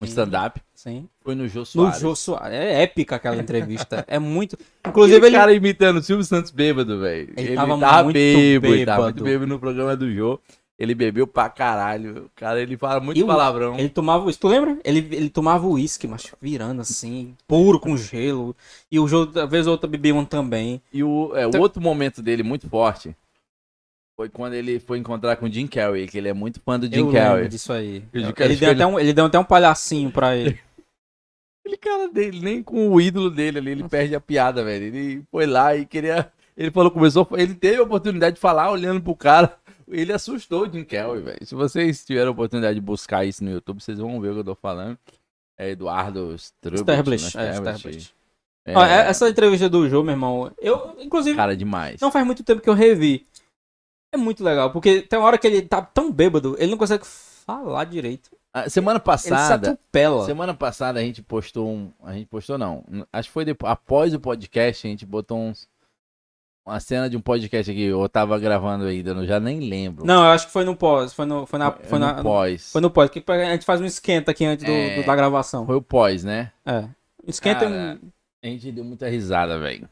Speaker 2: um
Speaker 1: Sim.
Speaker 2: stand-up,
Speaker 1: Sim.
Speaker 2: foi no Jô
Speaker 1: No
Speaker 2: Soares.
Speaker 1: Jô Soares. É épica aquela entrevista. É muito. Inclusive,
Speaker 2: Aquele
Speaker 1: ele.
Speaker 2: cara é imitando o Silvio Santos bêbado, velho. Ele, tava, muito bêbado, ele tava muito
Speaker 1: bêbado.
Speaker 2: bêbado no programa do Jô. Ele bebeu pra caralho. O cara, ele fala muito
Speaker 1: E o-
Speaker 2: palavrão.
Speaker 1: Ele tomava isso. Tu lembra? Ele, ele tomava uísque, mas virando assim, puro com gelo. E o Jô, da vez ou outra, bebia um também.
Speaker 2: E o, é, o
Speaker 1: Então-
Speaker 2: outro momento dele muito forte foi quando ele foi encontrar com o Jim Carrey, que ele é muito fã do Jim
Speaker 1: eu
Speaker 2: Carrey.
Speaker 1: lembro disso aí.
Speaker 2: E o Jim
Speaker 1: Ele
Speaker 2: Carrey
Speaker 1: deu, até um, ele deu até um palhacinho pra ele.
Speaker 2: Aquele cara dele, nem com o ídolo dele ali, ele perde a piada, velho. Ele foi lá e queria. Ele falou, começou. Ele teve a oportunidade de falar olhando pro cara. Ele assustou o Jim Carrey, velho. Se vocês tiverem a oportunidade de buscar isso no YouTube, vocês vão ver o que eu tô falando. É Eduardo Strublich.
Speaker 1: Sterblitz.
Speaker 2: né?
Speaker 1: É,
Speaker 2: Sterblich.
Speaker 1: Sterblitz.
Speaker 2: É,
Speaker 1: Ó, é- Essa entrevista do Jô, meu irmão, eu, inclusive,
Speaker 2: Cara demais.
Speaker 1: não faz muito tempo que eu revi. É muito legal, porque tem uma hora que ele tá tão bêbado, ele não consegue falar direito.
Speaker 2: A Ah, semana
Speaker 1: Ele se
Speaker 2: passada. é
Speaker 1: atropela.
Speaker 2: Semana passada a gente postou um. A gente postou não. Acho que foi depois, após o podcast, a gente botou uns. Uma cena de um podcast aqui, eu tava gravando ainda, eu já nem lembro.
Speaker 1: Não, eu acho que foi no pós. Foi no, foi na,
Speaker 2: É
Speaker 1: foi
Speaker 2: no
Speaker 1: na,
Speaker 2: pós.
Speaker 1: Foi no pós, que a gente faz um esquenta aqui antes do,
Speaker 2: É.
Speaker 1: do- da gravação.
Speaker 2: Foi o pós, né?
Speaker 1: É. Um Esquenta é
Speaker 2: Cara,
Speaker 1: um.
Speaker 2: A gente deu muita risada, velho.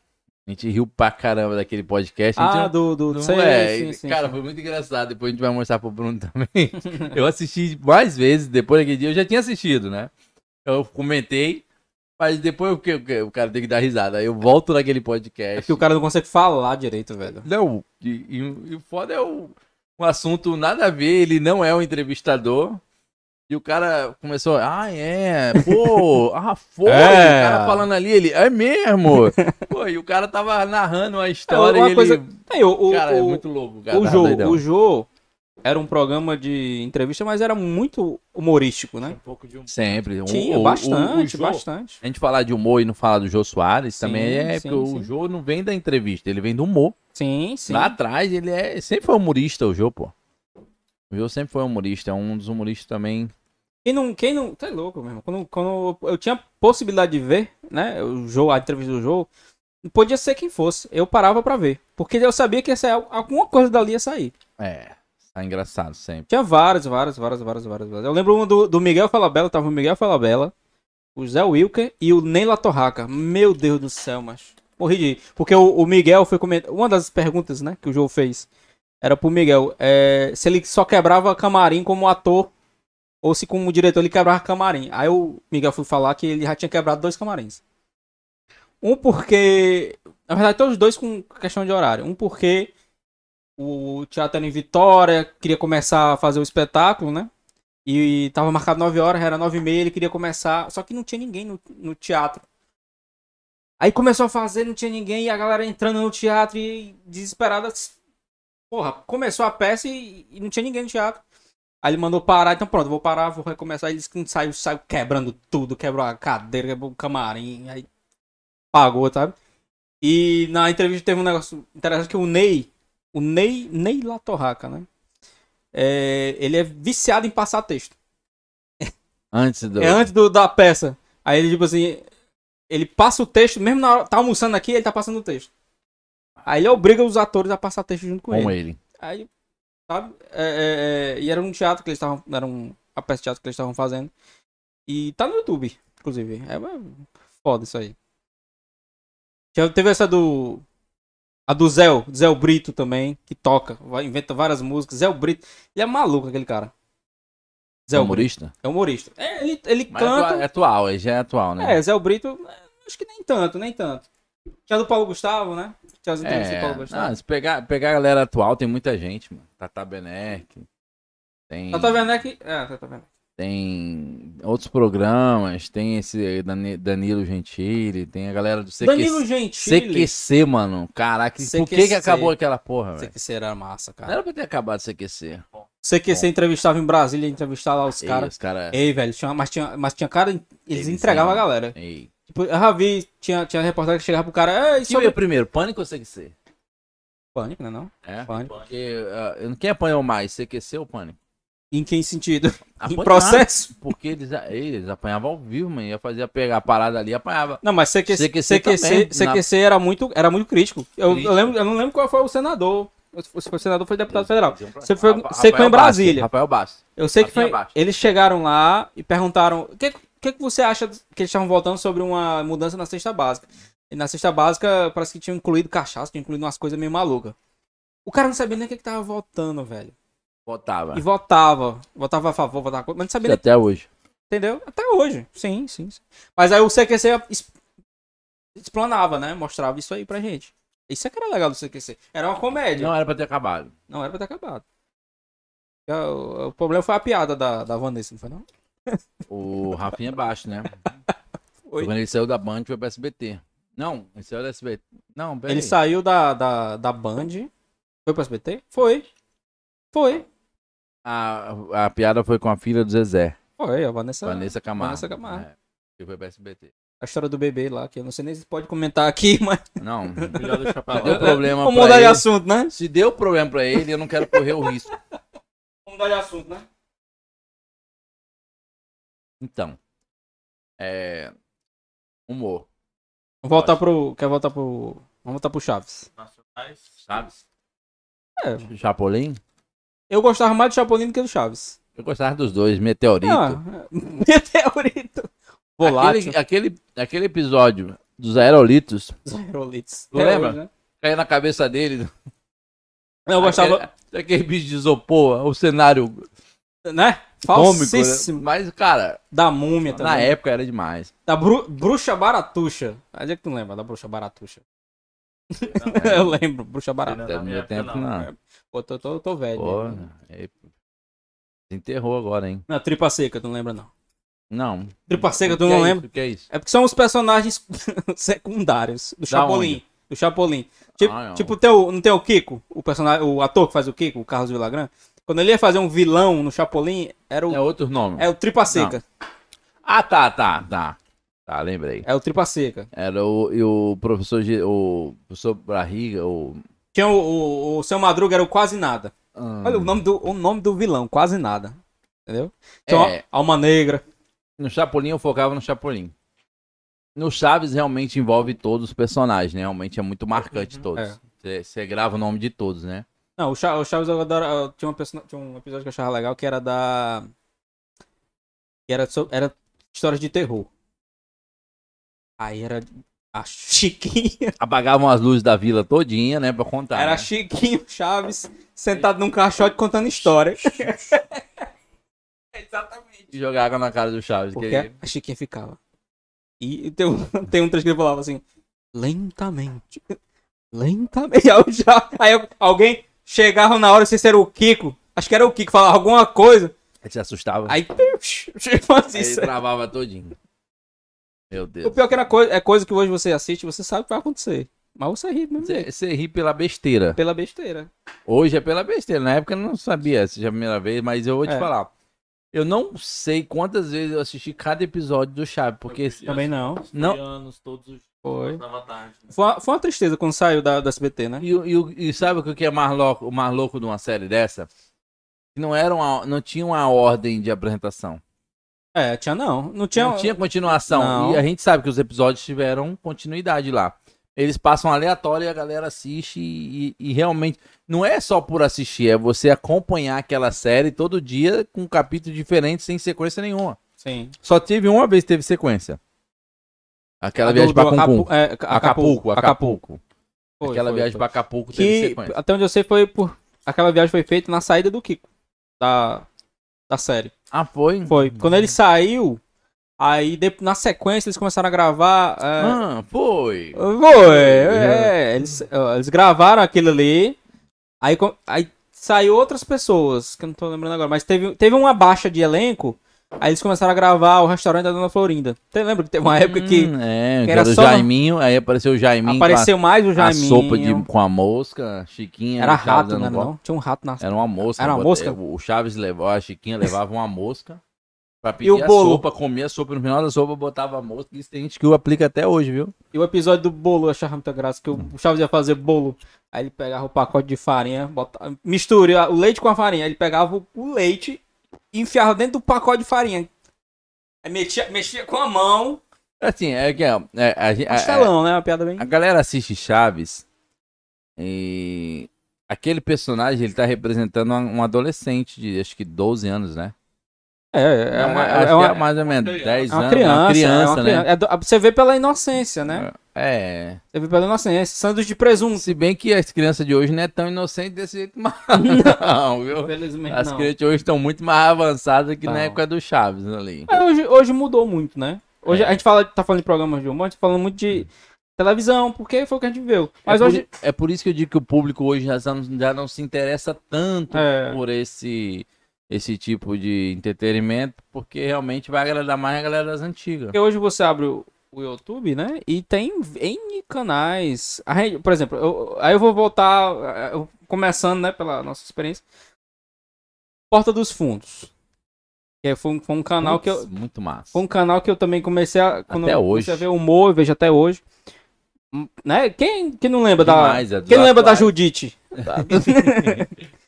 Speaker 2: A gente riu pra caramba daquele podcast. A gente
Speaker 1: Ah,
Speaker 2: não-
Speaker 1: do. do...
Speaker 2: não
Speaker 1: sei,
Speaker 2: é.
Speaker 1: sim, sim,
Speaker 2: cara,
Speaker 1: sim.
Speaker 2: foi muito engraçado. Depois a gente vai mostrar pro Bruno também. eu assisti mais vezes depois daquele dia. Eu já tinha assistido, né? Eu comentei, mas depois o que- o que- o cara tem que dar risada. Aí eu volto naquele
Speaker 1: É
Speaker 2: podcast.
Speaker 1: que o cara não consegue falar direito, velho.
Speaker 2: Não, e, e- e o foda é o, um assunto nada a ver, ele não é o entrevistador. E o cara começou, ah, é, pô, ah, foi,
Speaker 1: É.
Speaker 2: o cara falando ali, ele, é mesmo. pô, e o cara tava narrando a história
Speaker 1: É, uma
Speaker 2: e
Speaker 1: coisa-
Speaker 2: ele,
Speaker 1: Aí, o, o,
Speaker 2: cara, é
Speaker 1: o,
Speaker 2: muito louco, cara.
Speaker 1: o,
Speaker 2: tá
Speaker 1: Jô,
Speaker 2: doidão.
Speaker 1: o Jô era um programa de entrevista, mas era muito humorístico,
Speaker 2: É,
Speaker 1: né?
Speaker 3: Um pouco de um.
Speaker 2: Sempre. o-
Speaker 1: Tinha
Speaker 2: o- o- o
Speaker 1: bastante,
Speaker 2: Jô-
Speaker 1: bastante.
Speaker 2: A gente falar de humor e não falar do Jô Soares
Speaker 1: Sim,
Speaker 2: também é
Speaker 1: sim,
Speaker 2: porque
Speaker 1: sim.
Speaker 2: o Jô não vem da entrevista, ele vem do humor.
Speaker 1: Sim, sim.
Speaker 2: Lá atrás, ele é. Sempre foi humorista, o Jô, pô. O Jô sempre foi humorista, é um dos humoristas também
Speaker 1: Quem não, quem não. Tá louco mesmo. Quando, quando eu tinha possibilidade de ver, né? O jogo, a entrevista do jogo, podia ser quem fosse. Eu parava pra ver. Porque eu sabia que ia sair, alguma coisa dali ia sair.
Speaker 2: É, tá engraçado sempre.
Speaker 1: Tinha várias, várias, várias, várias, várias. várias. Eu lembro uma do, do Miguel Falabella, tava o Miguel Falabella, o Zé Wilker e o Ney Latorraca. Meu Deus do céu, macho. Morri de rir. Porque o, o Miguel foi comentar. Uma das perguntas, né, que o João fez era pro Miguel é, se ele só quebrava camarim como ator ou se como diretor ele quebrava camarim. Aí o Miguel foi falar que ele já tinha quebrado dois camarins. Um porque. Na verdade, todos dois com questão de horário. Um porque o teatro era em Vitória, queria começar a fazer o espetáculo, né? E tava marcado 9 horas, era 9 e meia, ele queria começar, só que não tinha ninguém no, no teatro. Aí começou a fazer, não tinha ninguém, e a galera entrando no teatro e desesperada. s- Porra, começou a peça e, e não tinha ninguém no teatro. Aí ele mandou parar, então pronto, vou parar, vou recomeçar. Aí ele disse que saiu, saiu quebrando tudo, quebrou a cadeira, quebrou o camarim, aí pagou, sabe? E na entrevista teve um negócio interessante que o Ney, o Ney, Ney Latorraca, né? É, ele é viciado em passar texto.
Speaker 2: Antes do.
Speaker 1: É antes do- da peça. Aí ele, tipo assim, ele passa o texto, mesmo na hora, tá almoçando aqui, ele tá passando o texto. Aí ele obriga os atores a passar texto junto com
Speaker 2: com
Speaker 1: ele.
Speaker 2: ele.
Speaker 1: Aí, sabe? É, é, é, e era um teatro que eles estavam. Era um, a peça de teatro que eles estavam fazendo. E tá no YouTube, inclusive. É é foda isso aí. Já teve essa do. A do Zé, Zé Brito também, que toca, vai- inventa várias músicas. Zé Brito, ele é maluco aquele cara. Zé Brito,
Speaker 2: humorista?
Speaker 1: é humorista. É, ele ele
Speaker 2: Mas é
Speaker 1: canta.
Speaker 2: atua- é atual, ele já é atual, né?
Speaker 1: É, Zé Brito, é, acho que nem tanto, nem tanto. Tinha do Paulo Gustavo, né? Tinha as entrevistas do Paulo
Speaker 2: É, não,
Speaker 1: Gustavo.
Speaker 2: se pegar, pegar a galera atual, tem muita gente, mano. Tata Benek, tem,
Speaker 1: Tata Werneck, é, Tata Werneck.
Speaker 2: tem outros programas, tem esse Dani- Danilo Gentili, tem a galera do CQC.
Speaker 1: Danilo Gentili.
Speaker 2: CQC, mano. Caraca, por que, que
Speaker 1: CQC.
Speaker 2: acabou aquela porra, velho?
Speaker 1: CQC era massa,
Speaker 2: Não
Speaker 1: cara.
Speaker 2: era pra ter acabado o CQC.
Speaker 1: CQC entrevistava em Brasília, entrevistava lá os
Speaker 2: Ei,
Speaker 1: caras.
Speaker 2: Os caras.
Speaker 1: Ei, velho, tinha, mas, tinha, mas tinha cara, eles,
Speaker 2: É Eles
Speaker 1: entregavam a
Speaker 2: eram-
Speaker 1: galera.
Speaker 2: Ei.
Speaker 1: Tipo, eu já vi, tinha, tinha reportagem que chegava pro cara, é, isso
Speaker 2: Quem
Speaker 1: é
Speaker 2: veio primeiro, Pânico ou CQC?
Speaker 1: pânico, né não?
Speaker 2: É?
Speaker 1: Pânico.
Speaker 2: Porque, ah, quem apanhou mais, CQC ou Pânico?
Speaker 1: Em que sentido? em
Speaker 2: Apanharam,
Speaker 1: processo?
Speaker 2: Porque eles, eles apanhavam ao vivo, mano. Ia fazer pegar a parada ali, apanhava.
Speaker 1: Não, mas CQC,
Speaker 2: CQC
Speaker 1: CQC,
Speaker 2: também,
Speaker 1: CQC era muito, era muito crítico. Eu,
Speaker 2: Crítico.
Speaker 1: eu lembro, eu não lembro qual foi o senador. Se foi senador, foi deputado federal.
Speaker 2: Diziam pra-
Speaker 1: Você foi-
Speaker 2: Rafa-
Speaker 1: você foi em
Speaker 2: Rafael
Speaker 1: Brasília.
Speaker 2: Bastos, Rafael Bastos.
Speaker 1: Eu sei que
Speaker 2: Rafinha
Speaker 1: foi.
Speaker 2: Bastos.
Speaker 1: Eles chegaram lá e perguntaram: o que, que, que você acha que eles estavam voltando sobre uma mudança na cesta básica? E na cesta básica parece que tinham incluído cachaça, tinham incluído umas coisas meio malucas. O cara não sabia nem o que, que tava votando, velho.
Speaker 2: Votava.
Speaker 1: E votava. Votava a favor, votava contra, mas não sabia
Speaker 2: Isso
Speaker 1: nem
Speaker 2: Até hoje.
Speaker 1: Entendeu? Até hoje. Sim, sim, sim. Mas aí o CQC es- explanava, né? Mostrava isso aí pra gente. Isso é que era legal do CQC. Era uma comédia. Não,
Speaker 2: Não era pra ter acabado.
Speaker 1: era pra ter acabado. É, O, o problema foi a piada da, da Vanessa, não foi não?
Speaker 2: O Rafinha Baixo, né?
Speaker 1: Foi.
Speaker 2: Quando ele saiu da Band, foi pra SBT. Não, ele saiu da SBT. Não, peraí.
Speaker 1: Ele saiu da, da, da Band. Foi pro SBT? Foi. Foi.
Speaker 2: A, a piada foi com a filha do Zezé,
Speaker 1: Foi, a Vanessa.
Speaker 2: Vanessa Camargo.
Speaker 1: Ah, Vanessa Camargo.
Speaker 2: É, que foi pra SBT.
Speaker 1: A história do bebê lá, que eu não sei nem se pode comentar aqui, mas.
Speaker 2: Não, não
Speaker 3: Melhor deixar pra
Speaker 2: deu
Speaker 3: lá.
Speaker 2: problema
Speaker 1: Vamos
Speaker 2: pra
Speaker 1: mudar de
Speaker 2: ele.
Speaker 1: assunto, né?
Speaker 2: Se deu problema pra ele, eu não quero correr o risco.
Speaker 1: Vamos mudar de assunto, né?
Speaker 2: Então. É. Humor.
Speaker 1: Voltar pro. Quer voltar pro. Vamos voltar pro Chaves.
Speaker 3: Nacionais.
Speaker 2: Sabe?
Speaker 1: É,
Speaker 2: Chapolin?
Speaker 1: Eu gostava mais do Chapolin do que do Chaves.
Speaker 2: Eu gostava dos dois, Meteorito.
Speaker 1: Ah, meteorito. Volátil. né?
Speaker 2: Aquele, aquele, aquele episódio dos aerolitos
Speaker 1: Aerolitos.
Speaker 2: Tu
Speaker 1: Até
Speaker 2: lembra?
Speaker 1: hoje, né?
Speaker 2: caiu na cabeça dele.
Speaker 1: Eu gostava,
Speaker 2: Aquele, aquele bicho de isopor, o cenário
Speaker 1: né?
Speaker 2: cômico. né? Ah,
Speaker 1: Falsíssimo.
Speaker 2: Mas, cara,
Speaker 1: Da múmia
Speaker 2: na
Speaker 1: também.
Speaker 2: época era demais.
Speaker 1: Da Bru- bruxa baratuxa. Ali é que tu lembra da bruxa baratuxa. Eu lembro, bruxa baratuxa.
Speaker 2: Até
Speaker 3: na
Speaker 2: no
Speaker 3: minha
Speaker 2: meu
Speaker 3: época,
Speaker 2: tempo,
Speaker 3: não.
Speaker 2: não.
Speaker 1: Pô, tô, tô, tô velho.
Speaker 2: Pô,
Speaker 1: né?
Speaker 2: é- Enterrou agora, hein?
Speaker 1: Não, tripa seca, tu não lembra não.
Speaker 2: Não.
Speaker 1: Tripa seca,
Speaker 2: O
Speaker 1: tu
Speaker 2: que é
Speaker 1: não
Speaker 2: isso?
Speaker 1: lembra?
Speaker 2: O que é isso?
Speaker 1: É porque são os personagens secundários do Chapolin. Do Chapolin. Tipo,
Speaker 2: Ah, não.
Speaker 1: tipo tem o- não tem o Kiko, o personagem, o ator que faz o Kiko, o Carlos Villagrán. Quando ele ia fazer um vilão no Chapolin, era o,
Speaker 2: É outro nome.
Speaker 1: é o Tripa Seca.
Speaker 2: Ah, tá, tá, tá. Tá, lembrei.
Speaker 1: É o Tripa Seca.
Speaker 2: Era o, e o professor, Ge- o professor Barriga, o...
Speaker 1: Tinha é o, o, o Seu Madruga, era o Quase Nada.
Speaker 2: Hum,
Speaker 1: Olha o nome do, o nome do vilão, Quase Nada. Entendeu? Tinha
Speaker 2: É.
Speaker 1: uma Alma Negra.
Speaker 2: No Chapolin eu focava no Chapolin. No Chaves realmente envolve todos os personagens, né? Realmente é muito marcante
Speaker 1: Uhum.
Speaker 2: todos. Você grava o nome de todos, né?
Speaker 1: Não, o, Cha- o Chaves eu adoro- eu- tinha, uma persona- tinha um episódio que eu achava legal que era da. Que era, so- era histórias de terror. Aí era a Chiquinha.
Speaker 2: Apagavam as luzes da vila todinha, né? Pra contar.
Speaker 1: era
Speaker 2: né?
Speaker 1: Chiquinho Chaves sentado num caixote contando história.
Speaker 2: E jogava na cara do Chaves.
Speaker 1: Porque
Speaker 2: que ele-
Speaker 1: a Chiquinha ficava. E tem um, tem um trecho que ele falava assim, lentamente, lentamente. Aí, eu já- aí eu- alguém chegava na hora, não sei se era o Kiko, acho que era o Kiko, falava alguma coisa,
Speaker 2: ele se assustava.
Speaker 1: aí faz
Speaker 2: Aí ele
Speaker 1: isso. é
Speaker 2: travava todinho. Meu
Speaker 1: O
Speaker 2: Deus.
Speaker 1: pior que era coisa, é coisa que hoje você assiste, você sabe o que vai acontecer. Mas você ri do mesmo jeito,
Speaker 2: Você ri pela besteira.
Speaker 1: pela besteira.
Speaker 2: Hoje é pela besteira. Na época eu não sabia, seja a primeira vez, mas eu vou te
Speaker 1: É.
Speaker 2: falar. Eu não sei quantas vezes eu assisti cada episódio do Chaves, porque
Speaker 1: Também não.
Speaker 2: não,
Speaker 3: Anos, todos os
Speaker 1: Foi.
Speaker 3: da tarde. né?
Speaker 1: Foi uma, foi uma tristeza quando saiu da, da SBT, né?
Speaker 2: E, o- e o- e sabe o que que é mais louco, o mais louco de uma série dessa? Que não era uma, não tinha uma ordem de apresentação.
Speaker 1: É, tinha não. Não tinha...
Speaker 2: não tinha continuação.
Speaker 1: Não.
Speaker 2: E a gente sabe que os episódios tiveram continuidade lá. Eles passam aleatório e a galera assiste e, e- e realmente. Não é só por assistir, é você acompanhar aquela série todo dia com um capítulo diferente, sem sequência nenhuma.
Speaker 1: Sim.
Speaker 2: Só teve uma vez que teve sequência. Aquela
Speaker 1: A do-
Speaker 2: viagem pra
Speaker 1: do
Speaker 2: Cancún.
Speaker 1: Acapu- é, Acapulco.
Speaker 2: Acapulco, Acapulco.
Speaker 1: Foi,
Speaker 2: Aquela
Speaker 1: foi,
Speaker 2: viagem
Speaker 1: foi.
Speaker 2: pra Acapulco teve
Speaker 1: que
Speaker 2: sequência.
Speaker 1: até onde eu sei foi por aquela viagem foi feita na saída do Kiko da da série.
Speaker 2: Ah, foi?
Speaker 1: Foi quando ele saiu, aí de- na sequência eles começaram a gravar. é,
Speaker 2: Ah, foi.
Speaker 1: Foi, é, eles, ó, eles gravaram aquilo ali, aí, co- aí saiu outras pessoas, que eu não tô lembrando agora, mas teve, teve uma baixa de elenco, aí eles começaram a gravar o restaurante da Dona Florinda. Você lembra que teve uma época que
Speaker 2: Hum, é,
Speaker 1: que
Speaker 2: que
Speaker 1: era
Speaker 2: era o
Speaker 1: só na-
Speaker 2: Jaiminho, aí apareceu o Jaiminho com a-
Speaker 1: apareceu mais o
Speaker 2: a,
Speaker 1: Jaiminho?
Speaker 2: sopa de, com a mosca, a Chiquinha.
Speaker 1: Era
Speaker 2: o Chaves
Speaker 1: rato,
Speaker 2: dando
Speaker 1: não era
Speaker 2: golpe.
Speaker 1: não? Tinha um rato na...
Speaker 2: Era uma mosca.
Speaker 1: Era uma
Speaker 2: bota-
Speaker 1: mosca?
Speaker 2: O Chaves levava, a Chiquinha levava uma mosca pra pedir
Speaker 1: o
Speaker 2: a
Speaker 1: bolo?
Speaker 2: sopa, comia a sopa, no final da sopa botava a mosca. Isso tem gente que o aplica até hoje, viu?
Speaker 1: E o episódio do bolo eu achava muita graça, que
Speaker 2: Hum.
Speaker 1: o Chaves ia fazer bolo, aí ele pegava o pacote de farinha, botava, mistura o leite com a farinha, ele pegava o- o leite e enfiava dentro do pacote de farinha. Aí metia, mexia com a mão...
Speaker 2: Assim, é que é, é, a, gente- a-
Speaker 1: Pastelão, né? Uma piada bem.
Speaker 2: a galera assiste Chaves e aquele personagem ele tá representando um um adolescente de acho que 12 anos, né?
Speaker 1: É, é uma,
Speaker 2: acho
Speaker 1: é
Speaker 2: que
Speaker 1: uma,
Speaker 2: é mais ou menos
Speaker 3: criança.
Speaker 2: 10
Speaker 1: é uma
Speaker 2: anos,
Speaker 1: criança, é
Speaker 2: uma criança,
Speaker 1: uma criança.
Speaker 2: né?
Speaker 1: É do- você vê pela inocência, né?
Speaker 2: É.
Speaker 1: Você vê pela inocência. Sanduíche de presunto.
Speaker 2: Se bem que as crianças de hoje não é tão inocente desse jeito mais, não, viu?
Speaker 1: Infelizmente,
Speaker 2: As
Speaker 1: não.
Speaker 2: crianças de hoje estão muito mais avançadas que
Speaker 1: Não.
Speaker 2: na época do Chaves ali.
Speaker 1: É, hoje, hoje mudou muito, né? Hoje
Speaker 2: É. Hum.
Speaker 1: a gente fala, tá falando de programas de humor, a gente tá falando muito de televisão, porque foi o que a gente viu. Mas
Speaker 2: é,
Speaker 1: hoje.
Speaker 2: por, é por isso que eu digo que o público hoje já, não- já não se interessa tanto
Speaker 1: É.
Speaker 2: por esse, esse tipo de entretenimento, porque realmente vai agradar mais a galera das antigas.
Speaker 1: Porque hoje você abre o, o YouTube, né? E tem N canais. A gente- por exemplo, eu- aí eu vou voltar, eh, eu- começando, né, pela nossa experiência. Porta dos Fundos. Que foi, um- foi um canal que eu.
Speaker 2: Putz, Muito massa.
Speaker 1: Foi um canal que eu também comecei a. Quando
Speaker 2: Até
Speaker 1: eu
Speaker 2: hoje.
Speaker 1: Comecei a ver humor, eu vejo até hoje. Hum, Né? Quem, quem não lembra
Speaker 2: Demais,
Speaker 1: da.
Speaker 2: é, dos
Speaker 1: quem lembra da
Speaker 2: atuais.
Speaker 1: Judite?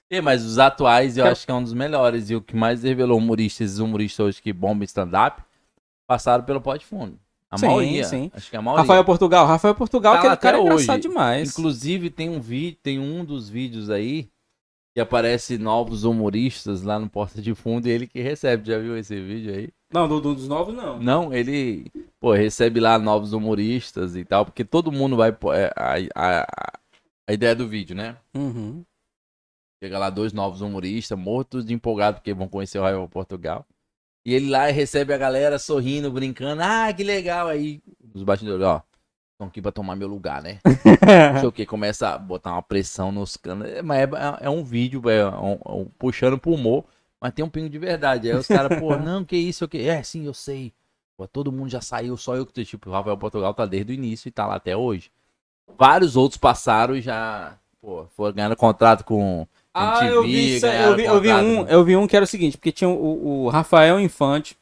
Speaker 2: É, mas os atuais eu
Speaker 1: Quero-
Speaker 2: acho que é um dos melhores. E o que mais revelou humoristas e os humoristas hoje que bombam stand-up passaram pelo pote fundo. A
Speaker 1: Sim,
Speaker 2: maioria.
Speaker 1: sim.
Speaker 2: Acho que é a maioria.
Speaker 1: Rafael Portugal. Rafael Portugal,
Speaker 2: Tá
Speaker 1: aquele
Speaker 2: lá
Speaker 1: cara é
Speaker 2: até
Speaker 1: engraçado
Speaker 2: hoje.
Speaker 1: demais.
Speaker 2: Inclusive, tem um vídeo, tem um dos vídeos aí que aparece novos humoristas lá no Porta de Fundo e ele que recebe. Já viu esse vídeo aí?
Speaker 1: Não, do, do- dos novos não.
Speaker 2: Não, ele pô, recebe lá novos humoristas e tal, porque todo mundo vai. pô, é, a, a- a- a ideia do vídeo, né?
Speaker 1: Uhum.
Speaker 2: Chega lá dois novos humoristas, mortos de empolgado, porque vão conhecer o Raio Portugal. E ele lá recebe a galera sorrindo, brincando. Ah, que legal! Aí os bastidores, ó, estão aqui pra tomar meu lugar, né? não sei o que, começa a botar uma pressão nos canos. É, Mas é, é um vídeo, é um, é um- puxando pro humor, mas tem um pingo de verdade. Aí os caras, pô, não, que isso, que. É, sim, eu sei. Pô, todo mundo já saiu, só eu que tô. Tipo, o Rafael Portugal tá desde o início e tá lá até hoje. Vários outros passaram e já, pô, foram ganhando contrato com.
Speaker 1: Ah, eu vi,
Speaker 2: MTV,
Speaker 1: isso, aí, eu
Speaker 2: ganharam
Speaker 1: vi, eu vi
Speaker 2: contrato,
Speaker 1: um,
Speaker 2: né?
Speaker 1: eu vi um que era o seguinte, porque tinha o, o Rafael Infante.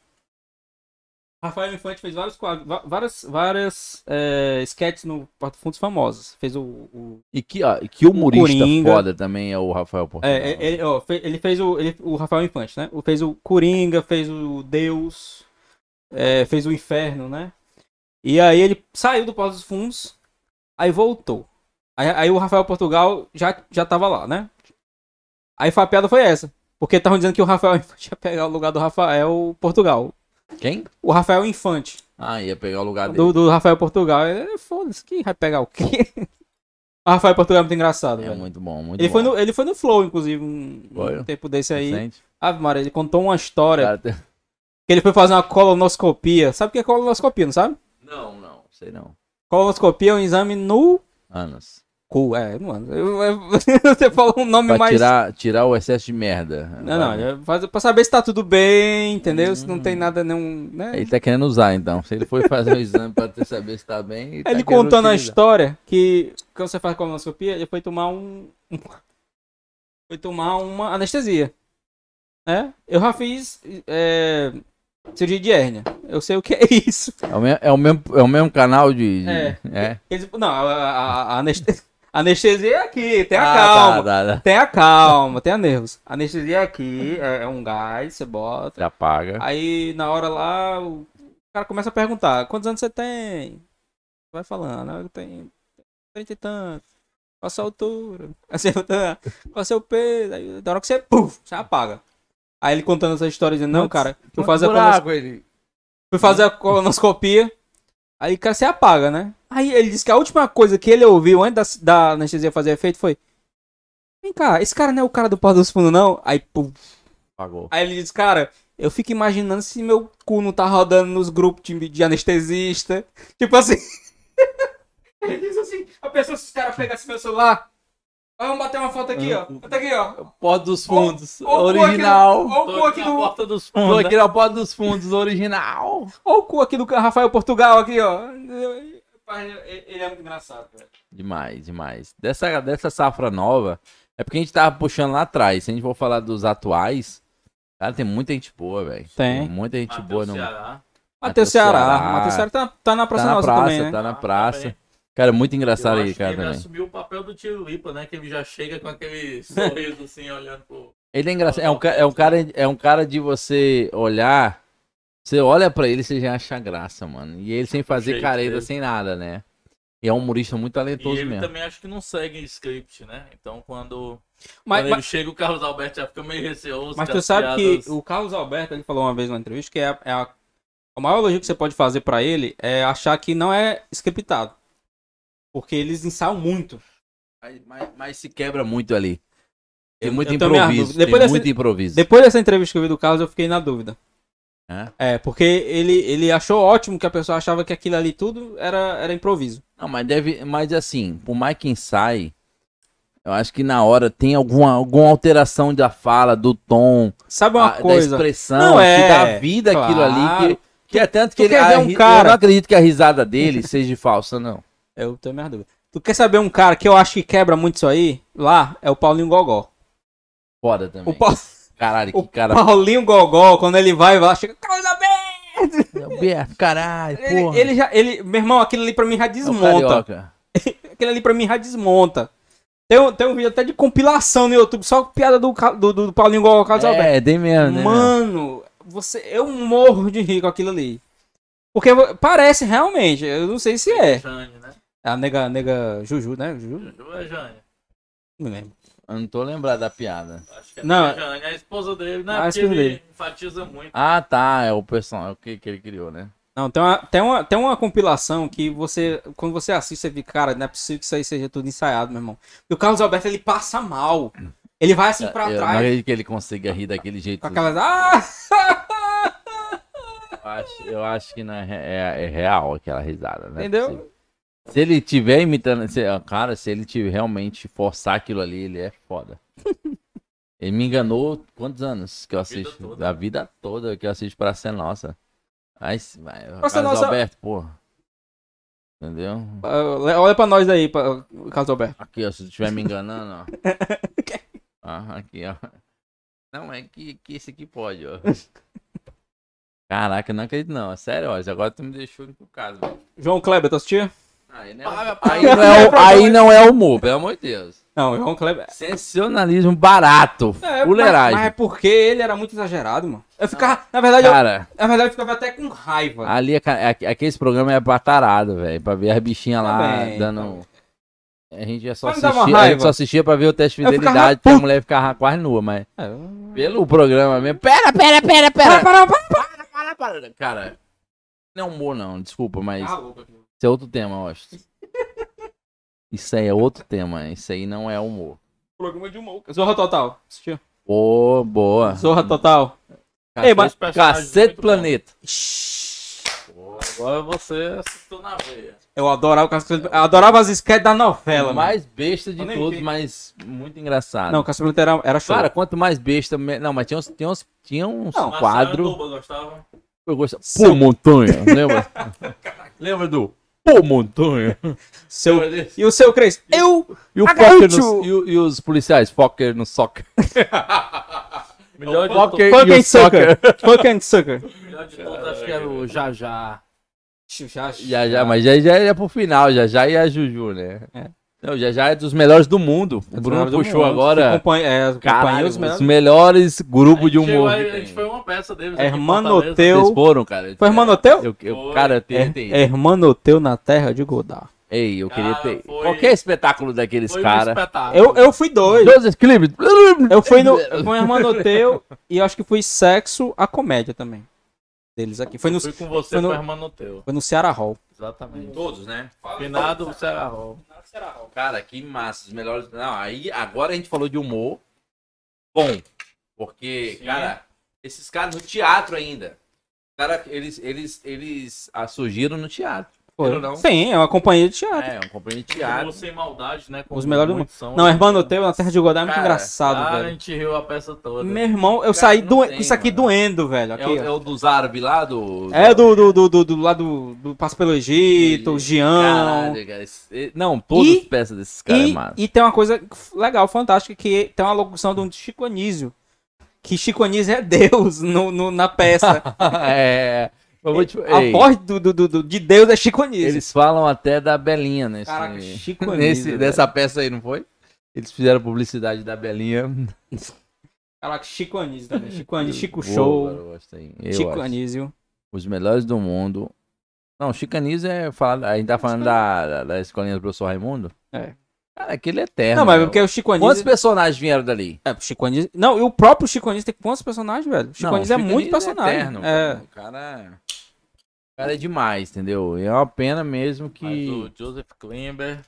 Speaker 1: Rafael Infante fez vários quadros, va- várias, várias eh, sketches no Porta Fundos famosas. Fez o, o
Speaker 2: E que, ó, e que humorista
Speaker 1: Coringa.
Speaker 2: foda também é o Rafael Portugal.
Speaker 1: É, é, ele, ó, fe- ele fez o. ele- o Rafael Infante, né? O- Fez o Coringa, fez o Deus, é, fez o Inferno, né? E aí ele saiu do Porta dos Fundos, aí voltou. Aí, aí o Rafael Portugal já, já tava lá, né? Aí foi- a piada foi essa. Porque estavam dizendo que o Rafael Infante ia pegar o lugar do Rafael Portugal.
Speaker 2: Quem?
Speaker 1: O Rafael Infante,
Speaker 2: Ah, ia pegar o lugar dele.
Speaker 1: do, do Rafael Portugal. É, Foda-se, quem vai pegar o quê? O Rafael Portugal é muito engraçado,
Speaker 2: É
Speaker 1: velho.
Speaker 2: muito bom, muito
Speaker 1: Ele
Speaker 2: bom.
Speaker 1: foi, no, ele foi no Flow, inclusive, um, um
Speaker 2: Foi.
Speaker 1: tempo desse aí.
Speaker 2: Recente.
Speaker 1: Ave Maria, ele contou uma história
Speaker 2: Cara, tem-
Speaker 1: que ele foi fazer uma colonoscopia. Sabe o que é colonoscopia, não sabe?
Speaker 2: Não, não, sei não.
Speaker 1: Colonoscopia é um exame no
Speaker 2: Anos.
Speaker 1: cu. É, mano. eu- eu- Você falou um nome
Speaker 2: Pra
Speaker 1: mais.
Speaker 2: tirar, né? tirar o excesso de merda.
Speaker 1: Não, não. é faz- Pra saber se tá tudo bem, entendeu? Se não
Speaker 2: Hum.
Speaker 1: tem nada, nenhum. Né?
Speaker 2: Ele tá querendo usar, então. Se ele foi fazer o exame pra ter- saber se tá bem.
Speaker 1: Aí ele contando
Speaker 2: né?
Speaker 1: a história que quando você faz colonoscopia, ele foi tomar um. um- foi tomar uma anestesia. Né? Eu já fiz é, cirurgia de hérnia. Eu sei o que é isso.
Speaker 2: É o mesmo, é o mesmo, é o mesmo canal de. de-
Speaker 1: É.
Speaker 2: é.
Speaker 1: Eles- não, a, a- a aneste- anestesia é aqui, tem a
Speaker 2: Ah,
Speaker 1: calma.
Speaker 2: Tá, tá, tá.
Speaker 1: Tem a calma, tem a nervos. Anestesia é aqui, é, é um gás, você bota.
Speaker 2: Já paga.
Speaker 1: Aí na hora lá, o cara começa a perguntar, quantos anos você tem? Vai falando, "Ah, eu tenho trinta e tanto. Qual a sua altura? Aí você pergunta, Qual o seu peso? Aí, da hora que você, puf, você apaga. Aí ele contando essa história, dizendo, não,
Speaker 2: Quantos-
Speaker 1: cara, fui fazer, a colonoscopia,
Speaker 2: um buraco, ele.
Speaker 1: fui fazer a colonoscopia. Aí, cara, você apaga, né? Aí ele disse que a última coisa que ele ouviu antes da, da anestesia fazer efeito foi. Vem cá, esse cara não é o cara do Porto dos Fundos, não? Aí, puf,
Speaker 2: Pagou.
Speaker 1: Aí ele diz, cara, eu fico imaginando se meu cu não tá rodando nos grupos de, de anestesista. Tipo assim. ele diz assim, a pessoa, se os caras pegassem meu celular. ó, Vamos bater uma foto aqui, ó. Tá aqui, ó.
Speaker 2: Porta dos Fundos,
Speaker 1: Ó o cu aqui
Speaker 2: original.
Speaker 1: do- Ó o cu aqui
Speaker 3: na
Speaker 1: do.
Speaker 3: porta né? dos
Speaker 2: Tô
Speaker 3: fundos.
Speaker 2: aqui na Porta dos Fundos, original.
Speaker 1: Ó o cu aqui do Rafael Portugal, aqui, ó. Rapaz, Ele ele é muito engraçado, velho.
Speaker 2: Demais, demais. Dessa, dessa safra nova, é porque a gente tava puxando lá atrás. Se a gente for falar dos atuais, cara, tem muita gente boa, velho.
Speaker 1: Tem.
Speaker 2: muita gente
Speaker 3: Mateus
Speaker 2: boa no.
Speaker 3: Ceará.
Speaker 1: Matheus
Speaker 2: Matheus
Speaker 1: Ceará.
Speaker 2: Ceará.
Speaker 1: Matheus Ceará tá, tá na
Speaker 2: Tá
Speaker 1: Praça
Speaker 2: na
Speaker 1: Nossa
Speaker 2: praça,
Speaker 1: também, né?
Speaker 2: tá na
Speaker 3: Ah,
Speaker 2: praça.
Speaker 3: também.
Speaker 2: Cara, é muito engraçado
Speaker 3: Eu
Speaker 2: aí,
Speaker 3: acho
Speaker 2: cara, né?
Speaker 3: que é ele
Speaker 2: também.
Speaker 3: assumiu o papel do tio Lipa, né? Que ele já chega com aquele sorriso assim, olhando pro.
Speaker 2: Ele é engraçado. É um, ca- é, um cara, é um cara de você olhar. Você olha pra ele e você já acha graça, mano. E ele sem fazer
Speaker 3: jeito
Speaker 2: careta,
Speaker 3: dele.
Speaker 2: sem nada, né? E é um humorista muito
Speaker 3: E
Speaker 2: talentoso
Speaker 3: ele
Speaker 2: mesmo.
Speaker 3: também acho que não segue script, né? Então quando,
Speaker 1: Mas,
Speaker 3: quando
Speaker 1: mas-
Speaker 3: ele chega, o Carlos Alberto já fica meio receoso.
Speaker 1: Mas
Speaker 3: com
Speaker 1: tu
Speaker 3: as
Speaker 1: sabe
Speaker 3: piadas.
Speaker 1: que o Carlos Alberto ele falou uma vez na entrevista que é a, é a- o maior elogio que você pode fazer pra ele é achar que não é scriptado. Porque eles ensaiam muito.
Speaker 2: Mas, mas- mas se quebra muito ali. Tem
Speaker 1: Eu-
Speaker 2: muito
Speaker 1: eu também arrudo.
Speaker 2: improviso.
Speaker 1: Depois
Speaker 2: Tem
Speaker 1: dessa-
Speaker 2: muito improviso.
Speaker 1: Depois dessa entrevista que eu vi do Carlos, eu fiquei na dúvida.
Speaker 2: É?
Speaker 1: porque ele, ele achou ótimo que a pessoa achava que aquilo ali tudo era, era improviso.
Speaker 2: Não, mas deve. Mas assim, por mais que ensaie, eu acho que na hora tem alguma, alguma alteração da fala, do tom,
Speaker 1: Sabe Tipo, uma
Speaker 2: a- Ah, da
Speaker 1: coisa?
Speaker 2: expressão,
Speaker 1: Não, é,
Speaker 2: que dá vida aquilo
Speaker 1: claro.
Speaker 2: ali. Que, que é tanto que
Speaker 1: tu
Speaker 2: ele.
Speaker 1: quer ver
Speaker 2: a
Speaker 1: um
Speaker 2: ri-
Speaker 1: cara-
Speaker 2: Eu não acredito que a risada dele seja falsa, não.
Speaker 1: Eu tenho minha dúvida. Tu quer saber um cara que eu acho que quebra muito isso aí? Lá é o Paulinho Gogó.
Speaker 2: Foda
Speaker 1: O,
Speaker 2: também.
Speaker 1: Pa-
Speaker 2: Caralho,
Speaker 1: o
Speaker 2: que cara.
Speaker 1: Paulinho Gogó, quando ele vai, vai lá, chega. Carlos Alberto!
Speaker 2: Alberto, Caralho, porra.
Speaker 1: Ele, ele já. Ele, meu irmão, aquilo ali pra mim já
Speaker 2: É o
Speaker 1: desmonta.
Speaker 2: carioca.
Speaker 1: aquilo ali pra mim já desmonta. Tem, um- tem um vídeo até de compilação no YouTube, só com piada do, Ca- do, do Paulinho Gogó Carlos Alberto.
Speaker 2: É, tem mesmo, né?
Speaker 1: Mano, você, eu morro de rir com aquilo ali. Porque vo- parece realmente, eu não sei se é.
Speaker 3: Jane, né?
Speaker 1: A nega, nega Juju, né? Juju?
Speaker 3: Juju é Jane.
Speaker 1: Não lembro.
Speaker 2: Eu não tô lembrado da piada.
Speaker 3: Acho que é
Speaker 1: Não,
Speaker 3: não, Jane. É a esposa dele, né?
Speaker 1: a
Speaker 3: Porque
Speaker 1: esposa
Speaker 3: ele
Speaker 1: dele.
Speaker 3: enfatiza muito.
Speaker 2: Ah, tá. É o personagem é o que, que ele criou, né?
Speaker 1: Não, tem uma, tem, uma, tem uma compilação que você, quando você assiste, você fica, cara, não é possível que isso aí seja tudo ensaiado, meu irmão. E o Carlos Alberto, ele passa mal. Ele vai assim pra
Speaker 2: É, eu não
Speaker 1: trás,
Speaker 2: acredito que ele consiga rir daquele jeito.
Speaker 1: com aquela. Ah!
Speaker 2: Eu, acho, eu acho que não é, é- é real aquela risada, né?
Speaker 1: Entendeu?
Speaker 2: Se ele tiver imitando. se- ah, cara, se ele tiver realmente forçar aquilo ali, ele é foda. ele me enganou quantos anos que eu
Speaker 3: vida
Speaker 2: assisto?
Speaker 3: toda.
Speaker 2: da vida toda que eu assisto pra ser nossa. Aí, se- vai,
Speaker 1: Praça
Speaker 2: Carlos
Speaker 1: Nossa-
Speaker 2: Alberto, porra. Entendeu?
Speaker 1: Ah, le- Olha pra nós aí, pa- Carlos Alberto.
Speaker 2: Aqui, ó, se tu estiver me enganando, ó. Ah, aqui, ó. Não, é que, que esse aqui pode, ó. Caraca, eu não acredito não. é Sério, ó. Agora tu me deixou encucado, velho.
Speaker 1: João Kleber, tá tu assistia?
Speaker 2: Aí não
Speaker 1: Ah,
Speaker 2: é, aí não é, o- aí não é humor, pelo amor de Deus.
Speaker 1: Não, João Kleber.
Speaker 2: Sensacionalismo barato.
Speaker 1: É, mas,
Speaker 2: fuleiragem.
Speaker 1: mas é porque ele era muito exagerado, mano. Eu ficava, na verdade, eu,
Speaker 2: Cara,
Speaker 1: na verdade, eu ficava até com raiva.
Speaker 2: ali é, ca- é, aque- aqueles programas é pra tarado, velho. Pra ver as bichinhas lá
Speaker 1: Também,
Speaker 2: dando. A gente já só
Speaker 1: tá Mas me dá uma
Speaker 2: assistia, a gente
Speaker 1: raiva.
Speaker 2: só assistia pra ver o teste de
Speaker 1: Eu ficava
Speaker 2: fidelidade, pra
Speaker 1: puto.
Speaker 2: mulher ficar quase nua, mas.
Speaker 1: É, eu-
Speaker 2: Pelo programa mesmo. Pera, pera, pera, pera.
Speaker 1: Para, para, para.
Speaker 2: Para, para, cara. Não é humor, não, desculpa, mas
Speaker 1: Ah, louco.
Speaker 2: isso é outro tema, eu acho. Isso aí é outro tema, isso aí não é humor.
Speaker 1: Programa de humor. Zorra Total. Assistiu?
Speaker 2: Boa, boa.
Speaker 1: Zorra Total.
Speaker 2: Cacete,
Speaker 1: Ei, mas-
Speaker 3: personagens
Speaker 2: Cacete
Speaker 3: muito
Speaker 2: Planeta.
Speaker 1: Ah,
Speaker 3: Pô, agora você assustou na veia.
Speaker 1: Eu adorava, o Castelo- eu adorava as sketches da novela,
Speaker 2: Quanto
Speaker 1: mano.
Speaker 2: mais besta de
Speaker 1: Eu nem
Speaker 2: todos,
Speaker 1: vi.
Speaker 2: mas muito engraçado.
Speaker 1: Não, Castelo era, era show.
Speaker 2: Cara, quanto mais besta. me- Não, mas tinha uns, tinha uns, tinha uns
Speaker 1: Não,
Speaker 2: quadro.
Speaker 3: Tuba, gostava.
Speaker 2: Eu gostava.
Speaker 1: Seu-
Speaker 2: Pô, Montanha. Lembra? lembra do Pô, Montanha?
Speaker 1: Seu- E o seu Cris? Eu.
Speaker 2: E, o
Speaker 1: Ah,
Speaker 2: Fokker
Speaker 1: gaúcho!
Speaker 2: nos- e o- e os policiais, Fokker no soccer.
Speaker 3: Melhor de
Speaker 2: Fokker
Speaker 3: todos,
Speaker 2: e
Speaker 1: Fucking
Speaker 2: o soccer.
Speaker 1: sucker. Fucking sucker.
Speaker 3: melhor de todos, acho que era Então tá o Jajá.
Speaker 2: Já, já, mas já, já ia pro final, já, já ia a Juju, né?
Speaker 1: É.
Speaker 2: Não, já, já é dos melhores do mundo. O Bruno puxou agora.
Speaker 1: Acompanha, é, acompanhou
Speaker 2: Caralho,
Speaker 1: os
Speaker 2: os
Speaker 1: melhores.
Speaker 2: melhores, grupos de humor.
Speaker 3: A
Speaker 2: que
Speaker 3: gente
Speaker 2: tem.
Speaker 3: foi um- uma peça deles.
Speaker 1: É,
Speaker 3: aqui em
Speaker 1: Hermanoteu.
Speaker 2: Vocês foram, cara.
Speaker 1: Foi Hermanoteu?
Speaker 2: Eu, eu,
Speaker 3: Foi.
Speaker 2: cara, eu
Speaker 1: É,
Speaker 2: tentei.
Speaker 1: é Hermanoteu na terra de Godá.
Speaker 3: Fortaleza.
Speaker 2: Ei, eu queria
Speaker 3: Cara,
Speaker 2: ter.
Speaker 3: foi-
Speaker 2: Qualquer espetáculo daqueles
Speaker 3: Foi um
Speaker 2: caras.
Speaker 3: espetáculo.
Speaker 1: Eu, eu fui dois.
Speaker 2: Joseph Clibert.
Speaker 1: Eu fui no. Foi Hermanoteu e acho que foi Sexo a Comédia também. Deles aqui. Foi no,
Speaker 3: Fui com você,
Speaker 1: foi no-
Speaker 3: com a irmã no teu.
Speaker 1: foi no Ceará Hall.
Speaker 3: Exatamente.
Speaker 2: Todos, né?
Speaker 3: Finado o Ceará Hall.
Speaker 2: Cara, que massa. Os melhores. Não, aí agora a gente falou de humor. Bom. Porque,
Speaker 3: Sim.
Speaker 2: cara, esses caras no teatro ainda. Cara, eles, eles, eles ah, surgiram no teatro.
Speaker 1: Foi.
Speaker 2: Eu não.
Speaker 1: Sim, é uma companhia de teatro.
Speaker 2: É, um companhia de
Speaker 3: Teatro.
Speaker 2: teatro.
Speaker 3: sem maldade, né? com
Speaker 1: Os Um melhores do
Speaker 3: muito som.
Speaker 1: Não, Hermanoteu na Terra de Godá é muito
Speaker 2: Cara,
Speaker 1: engraçado,
Speaker 3: Ah, a
Speaker 1: velho.
Speaker 3: gente riu a peça toda.
Speaker 1: Meu irmão, eu
Speaker 2: Cara,
Speaker 1: saí
Speaker 2: não
Speaker 1: doen-
Speaker 2: tem,
Speaker 1: com isso aqui
Speaker 2: mano.
Speaker 1: doendo, velho.
Speaker 2: É
Speaker 1: Aqui,
Speaker 2: o, é
Speaker 1: ó.
Speaker 2: o dos árabes lá do.
Speaker 1: é do, do, do, do, do lado do Passo pelo Egito, Gião.
Speaker 2: Caralho, cara. esse- Não, todas
Speaker 1: E-
Speaker 2: as peças desses caras é
Speaker 1: E,
Speaker 2: massa.
Speaker 1: e tem uma coisa f- legal, fantástica, que tem uma locução de um Chico Anísio. Que Chico Anísio é Deus no, no- na peça.
Speaker 2: é. Eu vou te...
Speaker 1: A
Speaker 2: Ei,
Speaker 1: voz do, do, do- do- de Deus é Chico Anísio.
Speaker 2: eles falam até da Belinha nesse.
Speaker 1: Caraca, Chico é né? Anísio.
Speaker 2: nesse
Speaker 1: velho.
Speaker 2: nessa peça aí, não foi? Eles fizeram publicidade da Belinha.
Speaker 1: Caraca, Chico Anísio também. Chico Anísio, Chico
Speaker 2: Boa,
Speaker 1: Show.
Speaker 2: cara, eu gosto, hein? Eu
Speaker 1: Chico é
Speaker 2: acho.
Speaker 1: Anísio.
Speaker 2: Os melhores do mundo. Não, Chico Anísio é. Falado, a gente tá falando da, da, da escolinha do professor Raimundo?
Speaker 1: É.
Speaker 2: Cara, aquele é eterno.
Speaker 1: Não, mas é
Speaker 2: meu.
Speaker 1: porque o Chico Anísio.
Speaker 2: Quantos personagens vieram dali?
Speaker 1: É, o Chico Anísio. Não, e o próprio Chico Anísio tem quantos personagens, velho? Chico
Speaker 2: Não,
Speaker 1: Anísio é
Speaker 2: Chico
Speaker 1: muito
Speaker 2: Anísio
Speaker 1: personagem.
Speaker 2: eterno,
Speaker 1: é.
Speaker 2: cara. O cara. O cara é demais, entendeu? E É uma pena mesmo que.
Speaker 3: Mas o Joseph Klimber.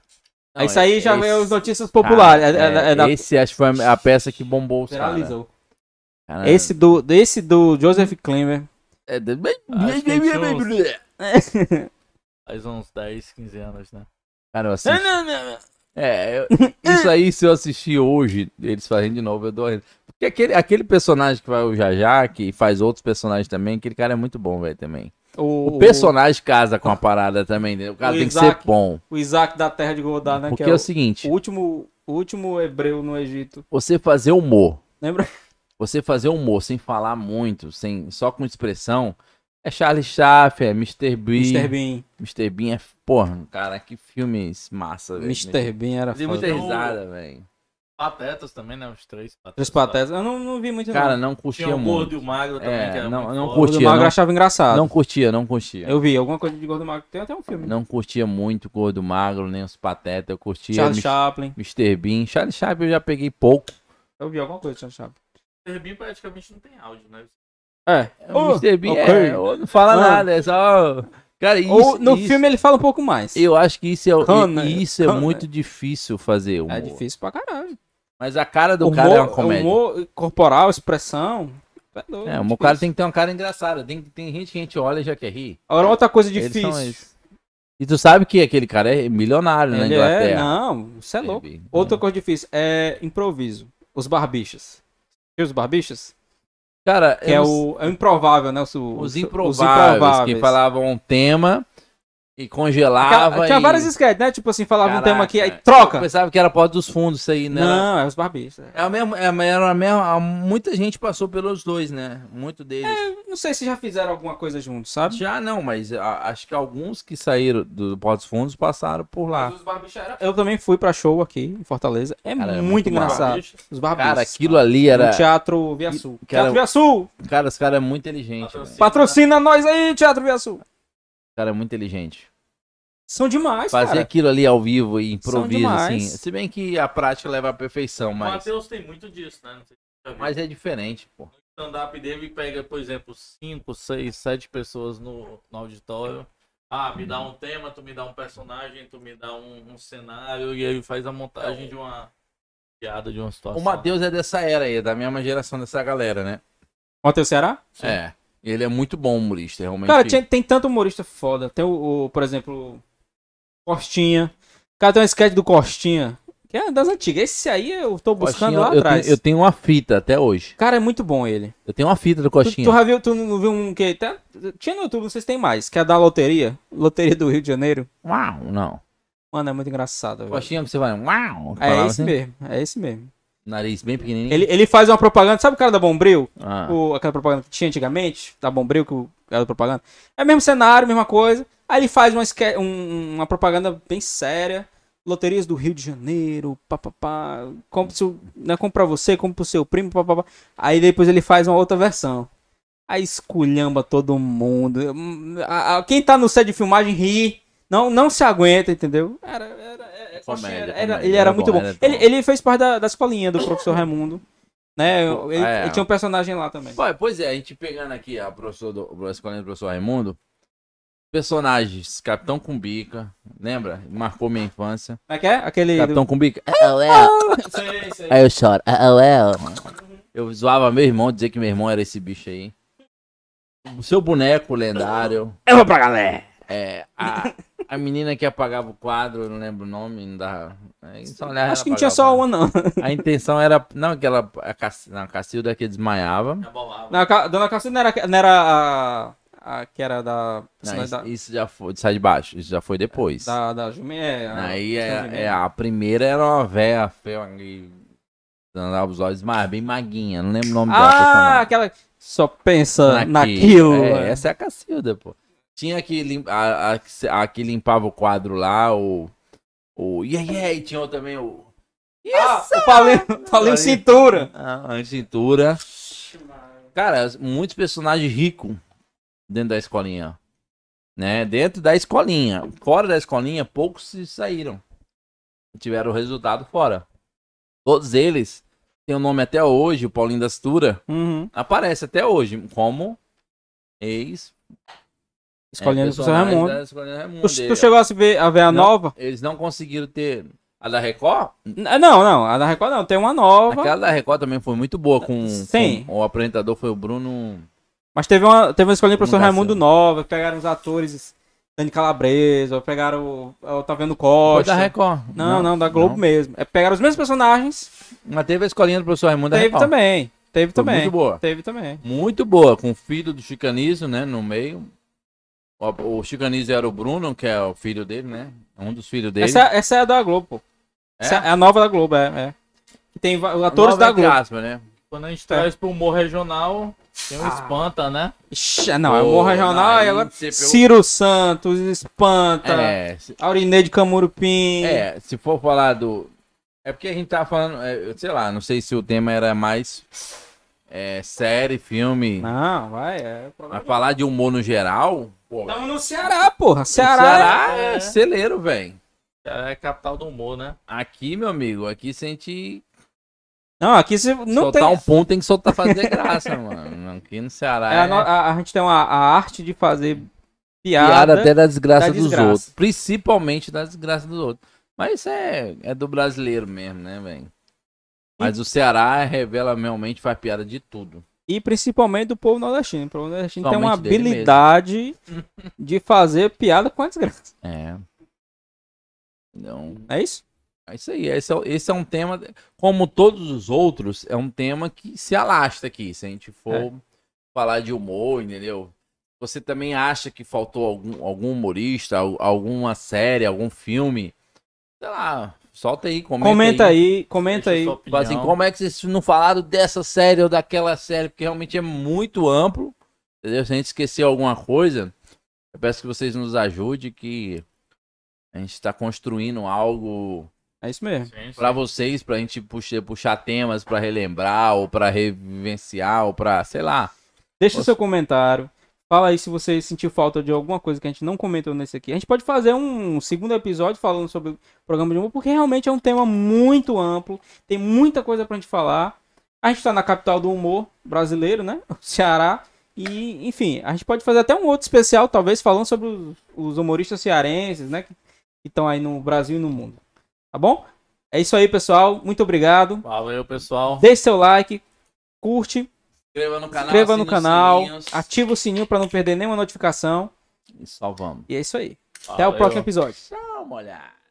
Speaker 2: Não,
Speaker 1: Aí
Speaker 2: é
Speaker 1: isso aí já
Speaker 2: esse-
Speaker 1: veio as notícias populares.
Speaker 2: Cara,
Speaker 1: é, é, é da-
Speaker 2: Esse acho que foi a peça que bombou os caras.
Speaker 1: Viralizou.
Speaker 2: Cara,
Speaker 1: Esse do, desse do Joseph Klimber.
Speaker 2: É...
Speaker 3: Acho que
Speaker 1: é
Speaker 3: tinha Faz uns 10, 15 anos, né?
Speaker 2: Cara, eu assisti. É, eu- isso aí, se eu assistir hoje, eles fazendo de novo, eu dou. risada. Porque aquele, aquele personagem que vai o Jajá, que faz outros personagens também, aquele cara é muito bom, velho, também. O personagem casa com a parada também, né? O cara
Speaker 1: O
Speaker 2: tem que
Speaker 1: Isaac,
Speaker 2: ser bom.
Speaker 1: o Isaac da Terra de Godá, né?
Speaker 2: Porque
Speaker 1: que
Speaker 2: é
Speaker 1: é
Speaker 2: o
Speaker 1: o,
Speaker 2: seguinte,
Speaker 1: o último, o último hebreu no Egito.
Speaker 2: você fazer humor,
Speaker 1: Lembra?
Speaker 2: você fazer humor sem falar muito, sem só com expressão, é Charlie Chaffin, é Mr. Bean.
Speaker 1: Mr. Bean.
Speaker 2: Mr. Bean é. Porra, cara, que filmes massa, velho.
Speaker 1: Mr. Bean era
Speaker 2: Dei
Speaker 1: foda.
Speaker 2: muita
Speaker 3: Então,
Speaker 2: risada, velho.
Speaker 3: Patetas também, né? Os três patetas.
Speaker 1: Três patetas. Eu não, não vi muito,
Speaker 2: Cara,
Speaker 1: não.
Speaker 2: não
Speaker 3: Tinha
Speaker 2: curtia
Speaker 3: o gordo
Speaker 2: muito.
Speaker 3: e o magro também,
Speaker 2: um É,
Speaker 3: que era
Speaker 2: não-
Speaker 3: muito
Speaker 2: não
Speaker 3: foda.
Speaker 1: O Gordo
Speaker 2: curtia,
Speaker 1: Magro
Speaker 2: não.
Speaker 1: eu achava engraçado.
Speaker 2: Não curtia, não curtia.
Speaker 1: Eu vi alguma coisa de Gordo Magro. Tem até um filme.
Speaker 2: Não curtia muito Gordo Magro, nem os Pateta. Eu curtia
Speaker 1: Charles
Speaker 2: Mis-
Speaker 1: Chaplin.
Speaker 2: Mr. Bean. Charlie Chaplin eu já peguei pouco.
Speaker 1: Eu vi alguma coisa de Charles Chaplin.
Speaker 3: Mr. Bean praticamente não tem áudio, né?
Speaker 1: É.
Speaker 2: o Mr. Bean
Speaker 1: ok.
Speaker 2: é, ou não fala
Speaker 1: Ah.
Speaker 2: nada, é só. Cara, isso.
Speaker 1: Ou no
Speaker 2: isso-
Speaker 1: filme ele fala um pouco mais.
Speaker 2: Eu acho que isso é, e-
Speaker 1: Cana,
Speaker 2: e isso é
Speaker 1: cana.
Speaker 2: muito difícil fazer. Humor.
Speaker 1: É difícil pra caralho.
Speaker 2: Mas a cara do
Speaker 1: humor,
Speaker 2: cara é uma comédia.
Speaker 1: humor corporal, expressão. É, doido,
Speaker 2: É, o
Speaker 1: difícil.
Speaker 2: cara tem que ter uma cara engraçada. Tem, tem gente que a gente olha e já quer rir.
Speaker 1: Agora, outra coisa
Speaker 2: Eles
Speaker 1: difícil.
Speaker 2: são esses. E tu sabe que aquele cara é milionário na
Speaker 1: Ele
Speaker 2: Inglaterra.
Speaker 1: é, não, isso é louco.
Speaker 2: Percebi.
Speaker 1: Outra coisa difícil é improviso. Os barbichas. Viu os barbichas?
Speaker 2: Cara,
Speaker 1: Que
Speaker 2: eu
Speaker 1: é
Speaker 2: não-
Speaker 1: o, é o improvável, né? Os, os-
Speaker 2: os
Speaker 1: os
Speaker 2: improváveis,
Speaker 1: improváveis.
Speaker 2: que falavam um tema e
Speaker 1: Aquela-
Speaker 2: congelavam.
Speaker 1: Tinha
Speaker 2: e...
Speaker 1: várias esquetes, né? Tipo assim, falava
Speaker 2: Caraca.
Speaker 1: um tema aqui, aí
Speaker 2: Eu
Speaker 1: troca.
Speaker 2: pensava que era a porta dos fundos isso aí, né?
Speaker 1: Não, é os barbichas.
Speaker 2: É a mesma, é a- era a mesma, a- muita gente passou pelos dois, né? Muito deles.
Speaker 1: Não sei se já fizeram alguma coisa juntos, sabe?
Speaker 2: Já não, mas a- acho que alguns que saíram do, do Porta dos Fundos passaram por lá.
Speaker 1: Mas os barbichas era-
Speaker 2: É
Speaker 1: Eu também fui pra show aqui em Fortaleza. É
Speaker 2: Cara, é
Speaker 1: muito,
Speaker 2: muito
Speaker 1: engraçado.
Speaker 3: Barbicha,
Speaker 1: Os barbichas.
Speaker 2: Cara, aquilo ali
Speaker 1: No
Speaker 2: era.
Speaker 1: Teatro Via Sul.
Speaker 2: cara,
Speaker 1: Teatro Via Sul!
Speaker 2: Cara, os caras é muito inteligente. velho. Os
Speaker 1: Patrocina nós aí, Teatro Via Sul!
Speaker 2: caras é muito inteligente.
Speaker 1: São demais,
Speaker 2: Fazer
Speaker 1: cara.
Speaker 2: aquilo ali ao vivo e improviso, assim.
Speaker 1: demais.
Speaker 2: Se bem que a prática leva à perfeição,
Speaker 3: O
Speaker 2: mas,
Speaker 3: Matheus tem muito disso, né? Não sei se você já viu.
Speaker 2: mas é diferente, pô.
Speaker 3: stand-up dele pega, por exemplo, 5, 6, 7 pessoas no, no auditório. Ah, me dá um tema, tu me dá um personagem, tu me dá um, um cenário, e aí faz a montagem de uma piada, de uma situação.
Speaker 2: O Matheus é dessa era aí, é da mesma geração dessa galera, né?
Speaker 1: Matheus Ceará?
Speaker 3: Sim.
Speaker 2: É. Ele é muito bom humorista, realmente.
Speaker 1: Cara, tinha- tem tanto humorista foda. Tem o, o, por exemplo, Costinha. Cara, tem um sketch do Costinha. Que é das antigas. Esse aí eu tô buscando
Speaker 2: Coxinha,
Speaker 1: lá
Speaker 2: eu
Speaker 1: atrás.
Speaker 2: Tenho, eu tenho uma fita até hoje.
Speaker 1: Cara, é muito bom ele.
Speaker 2: Eu tenho uma fita do
Speaker 1: Tu, tu
Speaker 2: Coxinha.
Speaker 1: já viu, tu não viu um que. tá- tinha no YouTube, não sei se tem mais. Que é da loteria. Loteria do Rio de Janeiro.
Speaker 2: Uau, não.
Speaker 1: Mano, é muito engraçado. velho.
Speaker 2: Coxinha que você vai, uau.
Speaker 1: É
Speaker 2: falava
Speaker 1: esse
Speaker 2: assim,
Speaker 1: mesmo, é esse mesmo.
Speaker 2: Nariz bem pequenininho.
Speaker 1: Ele, ele faz uma propaganda, sabe o cara da Bombril?
Speaker 2: Ah.
Speaker 1: o- aquela propaganda que tinha antigamente, da Bombril, que o- era da propaganda. É o mesmo cenário, mesma coisa. Aí ele faz uma, esque- um- uma propaganda bem séria. Loterias do Rio de Janeiro, papapá. Compre seu, né, compra pra você, compra pro seu primo, papapá. Aí depois ele faz uma outra versão. Aí esculhamba todo mundo. Hum, a- a- quem tá no set de filmagem ri. Não, não se aguenta, entendeu? Era, era, era-
Speaker 2: Comédia,
Speaker 1: era- era-
Speaker 2: comédia,
Speaker 1: ele era
Speaker 2: era
Speaker 1: muito
Speaker 2: bom,
Speaker 1: bom.
Speaker 2: era
Speaker 1: Ele,
Speaker 2: bom.
Speaker 1: ele fez parte da, da escolinha do professor Raimundo. Né? Eu- Ele,
Speaker 2: É.
Speaker 1: ele tinha um personagem lá também.
Speaker 2: Ué, pois é, a gente pegando aqui a, professor do, a escolinha do professor Raimundo. Personagens, Capitão Cumbica, lembra? Marcou minha infância.
Speaker 1: Como é que é? Aquele. do-
Speaker 2: Capitão Cumbica. É?
Speaker 3: Sei, sei.
Speaker 2: Aí eu choro. Eu zoava meu irmão, dizer que meu irmão era esse bicho aí. O seu boneco lendário.
Speaker 1: Eu vou pra galera!
Speaker 2: É, a, a menina que apagava o quadro, eu não lembro o nome, não dava. aí só né, olhava,
Speaker 1: Acho que não
Speaker 2: ela
Speaker 1: tinha
Speaker 2: apagava
Speaker 1: só
Speaker 2: o
Speaker 1: uma, não.
Speaker 2: quadro. A intenção era. Não, aquela. A Cac- não, a Cacilda que desmaiava.
Speaker 3: É bolado.
Speaker 1: Não, a Ca- Dona Cassina não era, não era a, a que era da.
Speaker 2: Não, isso,
Speaker 1: da,
Speaker 2: isso já foi. Sai de baixo. Isso já
Speaker 1: É,
Speaker 2: foi depois.
Speaker 1: da, da Jumé.
Speaker 2: Aí
Speaker 1: um
Speaker 2: é, é, a primeira era uma véia feia. e Andava os olhos mais bem maguinha. Não lembro o nome dela.
Speaker 1: Ah,
Speaker 2: personagem.
Speaker 1: aquela. Só pensa
Speaker 2: Naquilo,
Speaker 1: naquilo.
Speaker 2: É, essa é a Cacilda, pô. Tinha que lim- a, a que se- a que limpava o quadro lá, o. O. E aí, e tinha o também o.
Speaker 1: Ah, o Paulinho, Paulinho
Speaker 2: Aí.
Speaker 1: Cintura.
Speaker 2: A cintura. Cara, muitos personagens ricos dentro da escolinha. Né? Dentro da escolinha. Fora da escolinha, poucos se saíram. Tiveram resultado fora. Todos eles têm o nome até hoje, o Paulinho da Cintura.
Speaker 1: Uhum.
Speaker 2: Aparece até hoje como ex
Speaker 1: Escolhendo
Speaker 2: é,
Speaker 1: o professor
Speaker 2: personagem
Speaker 1: Raimundo.
Speaker 2: da Escolinha Raimundo.
Speaker 1: Tu, tu chegou a se ver a, ver a
Speaker 2: Não.
Speaker 1: nova?
Speaker 2: Eles não conseguiram ter a da Record.
Speaker 1: N- Não, não, a da Record não, tem uma nova.
Speaker 2: Aquela da Record também foi muito boa com,
Speaker 1: Sim.
Speaker 2: com- o apresentador foi o Bruno.
Speaker 1: Mas teve uma, teve uma escolha do professor
Speaker 2: Nunca
Speaker 1: Raimundo
Speaker 2: sei.
Speaker 1: nova, pegaram os atores Dani Calabresa, pegaram o, o Taviano
Speaker 2: Foi
Speaker 1: Costa.
Speaker 2: da Record.
Speaker 1: Não, não, da Globo mesmo. É, pegaram os mesmos personagens.
Speaker 2: não. Mas teve a escolinha do professor Raimundo da
Speaker 1: teve
Speaker 2: Record.
Speaker 1: também. Teve
Speaker 2: Foi
Speaker 1: também.
Speaker 2: Muito boa.
Speaker 1: Teve também.
Speaker 2: Muito boa, com o filho do Chicanísio, né, no meio. O, o Chicanísio era o Bruno, que é o filho dele, né? Um dos filhos dele.
Speaker 1: Essa, essa é a da Globo, pô.
Speaker 2: É?
Speaker 1: Essa é a nova da Globo, é. é. Que Tem va- atores
Speaker 2: Nova,
Speaker 1: da
Speaker 2: entre
Speaker 1: Globo.
Speaker 2: aspas, né?
Speaker 3: Quando a gente traz pro humor regional, tem
Speaker 2: Ah.
Speaker 3: um espanta, né?
Speaker 1: Ixi, não, é
Speaker 2: Pô,
Speaker 1: o Regional
Speaker 2: aí
Speaker 1: e agora.
Speaker 2: você pegou-
Speaker 1: Ciro Santos, Espanta,
Speaker 2: É, se-
Speaker 1: Aurinei de Camurupim.
Speaker 2: É, se for falar do. É porque a gente tava falando, é, eu sei lá, não sei se o tema era mais é, série, filme.
Speaker 1: Não, vai, é.
Speaker 2: Mas falar de humor no geral, pô,
Speaker 1: Estamos no Ceará, porra.
Speaker 2: o
Speaker 1: Ceará.
Speaker 2: Ceará é,
Speaker 3: é-
Speaker 2: celeiro, velho.
Speaker 3: É a capital do humor, né?
Speaker 2: Aqui, meu amigo, aqui se a gente
Speaker 1: é- Não, aqui você não
Speaker 2: soltar
Speaker 1: tem.
Speaker 2: um ponto, tem que soltar fazer graça, mano. Aqui no Ceará
Speaker 1: É,
Speaker 2: é,
Speaker 1: a, no- a- a gente tem uma, a arte de fazer piada.
Speaker 2: piada até da desgraça
Speaker 1: da
Speaker 2: dos
Speaker 1: desgraça.
Speaker 2: outros. Principalmente da desgraça dos outros. Mas isso é, é do brasileiro mesmo, né, velho? Mas o Ceará revela realmente, faz piada de tudo.
Speaker 1: E principalmente do povo nordestino. O povo nordestino tem uma
Speaker 2: Somente dele
Speaker 1: habilidade de fazer piada com a desgraça.
Speaker 2: É. Não,
Speaker 1: É isso?
Speaker 2: é isso aí. Esse é, esse é um tema, como todos os outros, é um tema que se alasta aqui. Se a gente for
Speaker 1: É.
Speaker 2: falar de humor, entendeu? Você também acha que faltou algum, algum humorista, al- alguma série, algum filme? Sei lá, solta aí, comenta,
Speaker 1: Comenta aí, comenta
Speaker 3: Deixa
Speaker 1: aí.
Speaker 3: sua
Speaker 2: Fala
Speaker 3: opinião.
Speaker 2: assim, como é que vocês não falaram dessa série ou daquela série? Porque realmente é muito amplo. Entendeu? Se a gente esqueceu alguma coisa, eu peço que vocês nos ajudem, que a gente está construindo algo
Speaker 1: É isso mesmo.
Speaker 3: Sim, sim.
Speaker 2: para vocês, pra gente puxar, puxar temas pra relembrar, ou pra revivenciar, ou pra, sei lá.
Speaker 1: Deixa
Speaker 2: Posso-
Speaker 1: seu comentário. Fala aí se você sentiu falta de alguma coisa que a gente não comentou nesse aqui. A gente pode fazer um segundo episódio falando sobre o programa de humor, porque realmente é um tema muito amplo, tem muita coisa pra gente falar. A gente tá na capital do humor brasileiro, né? O Ceará. E, enfim, a gente pode fazer até um outro especial, talvez, falando sobre os, os humoristas cearenses, né? Que estão aí no Brasil e no mundo. Tá bom? É isso aí, pessoal. Muito obrigado.
Speaker 3: Valeu, pessoal.
Speaker 1: Deixe seu like, curte.
Speaker 2: Inscreva no canal.
Speaker 1: Inscreva no
Speaker 2: assina os
Speaker 1: canal,
Speaker 2: sininhos.
Speaker 1: ativa o sininho pra não perder nenhuma notificação.
Speaker 2: E só vamos.
Speaker 1: E é isso aí. Até o
Speaker 3: Valeu.
Speaker 1: próximo episódio.
Speaker 2: Dá uma olhada.